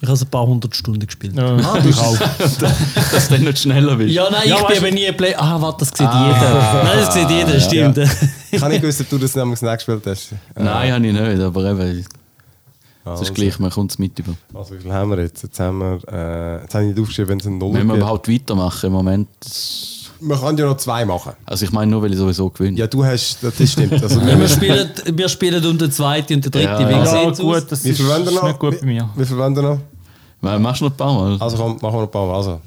ich habe ein paar hundert Stunden gespielt. Ja,
Ah, ich auch.
Dass der nicht schneller wird.
nein, ich bin eben nie Play. Ah, warte, das sieht
Ah.
jeder. Nein, das sieht jeder, stimmt. (laughs)
Ich habe nicht gewusst, ob du das nämlich nicht gespielt hast.
Nein, habe ich nicht, aber eben, es
Also,
ist gleich, man kommt es mit über.
Also wie viel haben wir jetzt? Jetzt haben wir... Äh, jetzt habe ich nicht aufgeschrieben, wenn es ein Null
Wenn wir
gibt.
überhaupt weitermachen im Moment.
Man kann ja noch zwei machen.
Also ich meine nur, weil ich sowieso gewinne.
Ja, du hast... Das stimmt. Also,
Ja, wir, spielen, wir spielen und der zweite und der dritte.
Ja,
Wie
Ja,
sieht's aus?
gut, das
wir
ist,
verwenden
ist
noch...
nicht gut bei mir.
Wir verwenden noch...
Weil, Machst du noch ein paar Mal?
Also komm, machen wir noch ein paar Mal. Also.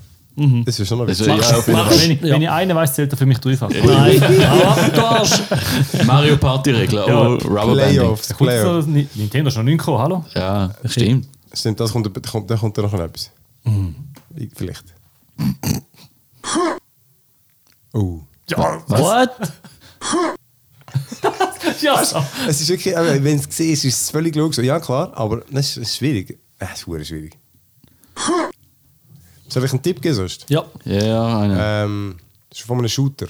Das ist schon noch
Also,
witzig.
ja, auf jeden Fall.
Wenn ich,
Ja.
wenn ich einen weiß, zählt er für mich dreifach.
Nein, hau ab, du Arsch.
Mario Party-Regler, oh, Rubberbanding.
Playoffs,
Kurz so,
Playoffs.
Ni- Nintendo ist noch nicht gekommen, hallo?
Ja, stimmt.
Stimmt, das kommt, da kommt, da kommt da noch etwas. Vielleicht. Oh.
What?
Ja, so.
Es ist wirklich, aber wenn du es siehst, ist es völlig logisch. Ja, klar, aber das ist, das ist schwierig. Das ist wirklich schwierig. Soll ich einen Tipp geben sonst?
Ja.
Ja, eine.
Ähm, das ist von einem Shooter.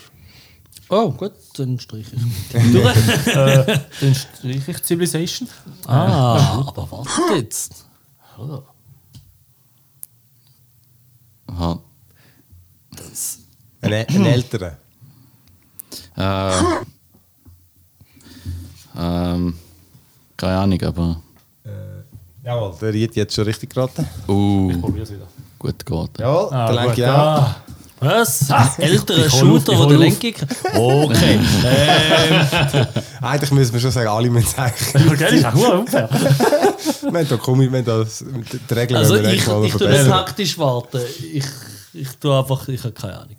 Oh, gut, dann strich ich.
Dann streiche ich Civilization.
Ah, aber warte jetzt.
Aha.
Ein, ein älterer.
Äh, ähm, keine Ahnung, aber.
Jawohl. Der Riet hat schon richtig geraten.
Uh,
Probier's wieder.
gut geht.
Jawohl, der
gut,
Lenke auch.
ah.
Was? Älterer
Ich hol auf,
Shooter,
ich
wo
hol
der
auf.
Lenker. Okay.
Eigentlich müssen wir schon sagen, alle müssen sagen.
Ja,
(laughs)
gell, ist auch gut, unfair.
wir haben da komisch, wir haben da das- die Regeln
Ah,
Also
wollen wir
ich,
echt mal
ich tue nicht
verbessern.
taktisch warten. Ich, ich tue einfach, ich habe keine Ahnung.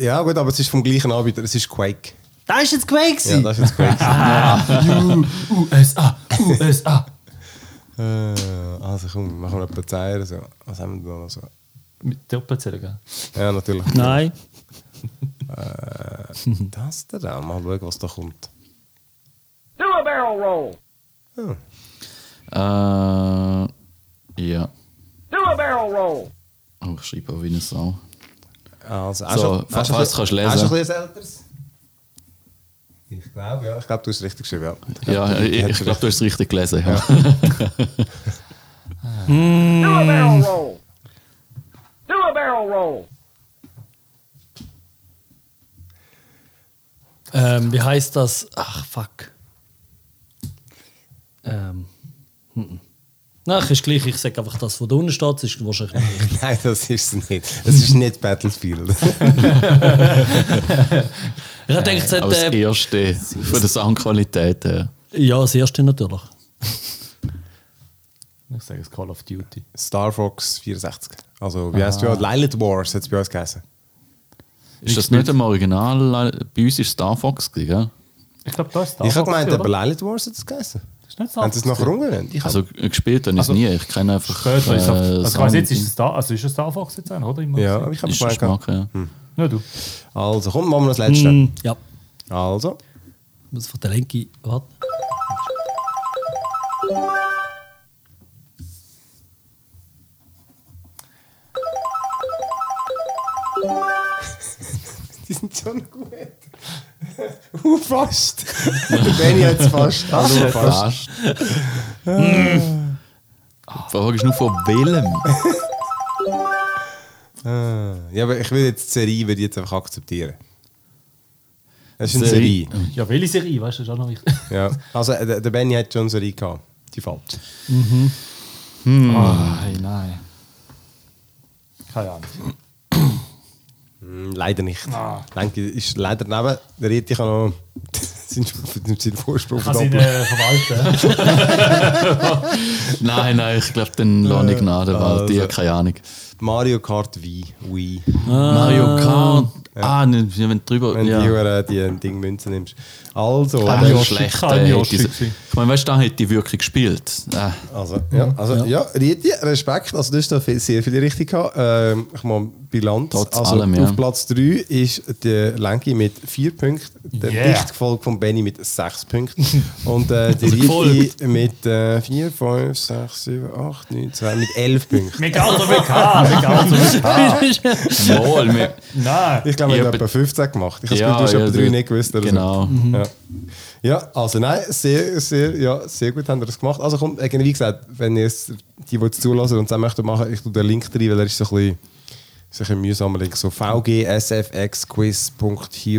Ja gut, aber es ist vom gleichen Anbieter, es ist Quake.
Da Ah, ist jetzt Quake
Ja, das ist jetzt Quake.
USA, USA.
äh, also komm, wir machen wir etwa 10 oder so. Was haben wir da noch so?
Mit Doppelzählen, gell?
Ja, natürlich.
Nein.
Das da, da. mal schauen, was da kommt.
Äh, ja. Oh, ich schreibe auch wie eine Sau.
Also,
So, falls- falls kannst du lesen.
Hast du ein bisschen älteres? Ich glaube, ja. Ich glaube, du hast es richtig geschrieben, ja. (laughs)
Ja, ich, ich glaube, du hast es richtig gelesen. Ja.
Ähm, wie heißt das? Ach, fuck. Ähm. mhm. Ach, ist gleich. Ich sage einfach, das, was da unten steht, ist wahrscheinlich nicht. richtig.
Nein, das ist es nicht. Es ist nicht dus Battlefield. (laughs)
Ich habe gedacht, es (laughs)
Aber das
hätte, äh,
erste von der Soundqualität her.
ja, das erste natürlich.
Ich sage es Call of Duty.
Star Fox 64. Also, wie heißt du ja? Lilith Wars hat es bei uns geheißen.
Ist das nicht im Original? Bei uns war Star Fox, gewesen, gell?
Ich glaube, da ist Star
Ich habe
Fox,
gemeint,
oder?
aber Lilith Wars hat es geheißen.
Das ist nicht Star
Haben sie es
Fox.
nachher umgenannt? Ich hab-
Also äh, gespielt habe ich es nie. Ich kenne einfach. äh,
Später ist es.
Äh,
Also, ich weiss, jetzt ist
Sound-
es Star, also ist es Star Fox jetzt einer, oder? Immer
Ja, aber ich habe
ist eine
es gemeint.
Marke, ja.
Nur du.
Also, komm, machen wir das letzte.
Mm.
Hm, ja,
Also.
muss von der Lenki warten.
(laughs) Die sind schon gut. (laughs) Uh, fast. (laughs) Der Benny hat es fast. (laughs) Also fast.
Fast. Die Frage ist nur von welchem. (laughs)
Äh, Ja, aber ich will jetzt die Serie würde ich jetzt einfach akzeptieren. Das ist eine
Serie.
Serie.
Ja, welche Serie, weißt du, das ist auch noch wichtig.
Ja. Also äh, der der Benny hat schon eine Serie gehabt. Die falsch.
Nein, nein.
(laughs)
Keine Ahnung.
Hm, Leider nicht. Lenki ist leider daneben. Der Rieti kann noch (laughs) sind schon auf dem Ziel Vorsprung
Kann sie ihn
verdoppeln. (laughs)
äh, verwalten.
Nein, nein, ich glaube, dann lasse ich Gnade, weil die hat keine Ahnung.
Mario Kart Wii. Wii.
Mario Kart. Ah, ne, wenn du drüber.
Wenn
ja.
du äh, die Ding Münzen nimmst. Also,
Ah,
dann-
das ist schlecht.
Kann
äh,
ja
hätte
shit
ich-
sein.
Ich meine, weißt du, da hätte die wirklich gespielt. Ah.
Also, ja, also, ja. Rieti, Respekt. Also, du hast da viel, sehr viel richtig gehabt. Ähm, ich meine, Bilanz.
Trotz
also,
allem, ja.
Auf Platz 3 ist der Lenki mit 4 Punkten, der
Yeah.
dicht gefolgt von Benny mit 6 Punkten und äh, der
gefolgt.
Rieti mit äh, 4, 5, 6, 7, 8, 9, 10, mit 11 Punkten.
Mega so mega, mega so
(laughs) Ah.
(laughs)
Jawohl, wir-
Nein.
Ich glaube, ich
Ja,
habe
aber-
etwa 15 gemacht. Ich habe
Ja,
das Gefühl, du hast
ja,
etwa 3
du-
nicht gewusst. Oder
genau.
So. Ja. ja, also nein, sehr, sehr, ja, sehr gut haben wir das gemacht. Also kommt, irgendwie, wie gesagt, wenn ihr es, die, die es zulassen und es auch möchten machen, ich tue den Link rein, weil er ist so ein bisschen, ist ein bisschen mühsamer Link. So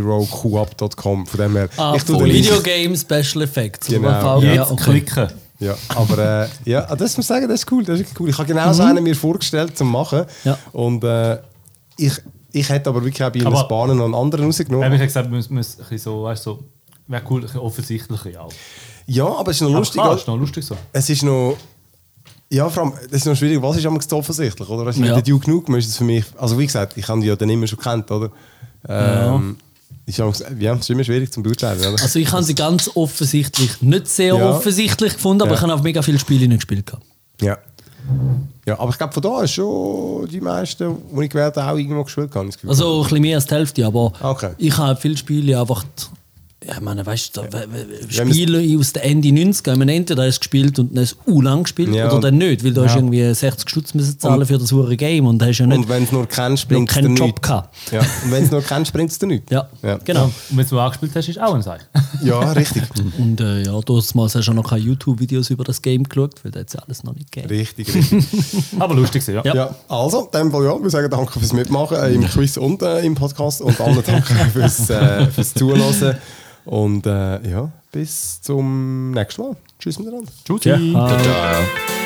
vgsfxquiz.herocoop.com von dem her.
Ah,
tu
von Videogame Special Effects.
Genau.
oder?
Jetzt
Ja,
Jetzt
okay.
klicken.
Ja, aber äh, ja, ah, das muss ich sagen, das ist cool, das ist wirklich cool. Ich habe genau so einen mir vorgestellt zum machen
Ja.
und äh, ich, ich hätte aber wirklich auch bei
Aber-
einem Bahnen noch einen anderen
Ich habe
rausgenommen.
gesagt, wir müssen, müssen ein bisschen so, weißt du, so, wäre cool, ein bisschen offensichtlicher auch.
Ja, aber es ist noch lustig.
Aber klar,
oder?
ist noch lustig so.
Es ist noch. Ja, vor allem, das ist noch schwierig. Was ist am zu offensichtlich? Oder? Also,
Ja.
Wenn du genug gemischt ist für mich. Also, wie gesagt, ich habe die ja dann immer schon kennt, oder? Ähm, ist am- ja, es ist immer schwierig zum beurteilen, oder?
Also ich habe sie ganz offensichtlich nicht sehr
Ja.
offensichtlich gefunden, aber
Ja.
ich habe auf mega viele Spiele nicht gespielt. gehabt.
Ja. Ja, aber ich glaube, von da ist schon die meisten, die ich gewählt habe, auch irgendwo gespielt habe. ich das Gefühl.
Also ein bisschen mehr als die Hälfte, aber
Okay.
ich habe viele Spiele einfach. die- Ja, ich meine, weißt du, da- we- we-
man's-
Spiele aus den Ende 90er, ich meine, entweder hast du gespielt und dann hast du lang gespielt
Ja,
oder
und-
dann nicht, weil du hast irgendwie 60 Stutz müssen zahlen für das hure Game und hast ja nicht.
und wenn es nur kennst, bringt es dir
keinen Job
nichts.
gehabt.
Ja. Und wenn es nur kennst, bringt es dir nichts.
Ja,
Ja.
genau.
Und wenn du auch gespielt hast, ist auch ein Zeichen. (laughs)
Ja, richtig.
Und äh, ja, damals hast du ja noch keine YouTube-Videos über das Game geschaut, weil da hat es ja alles noch nicht gegeben.
richtig, richtig.
Aber lustig war, ja.
Ja.
Ja. also, in dem Fall ja, wir sagen danke fürs Mitmachen äh, im Quiz und äh, im Podcast und allen danke fürs, äh, fürs Zuhören. Und äh, ja, bis zum nächsten Mal. Tschüss miteinander.
Tschüssi.
Ja. Ah.
Ja.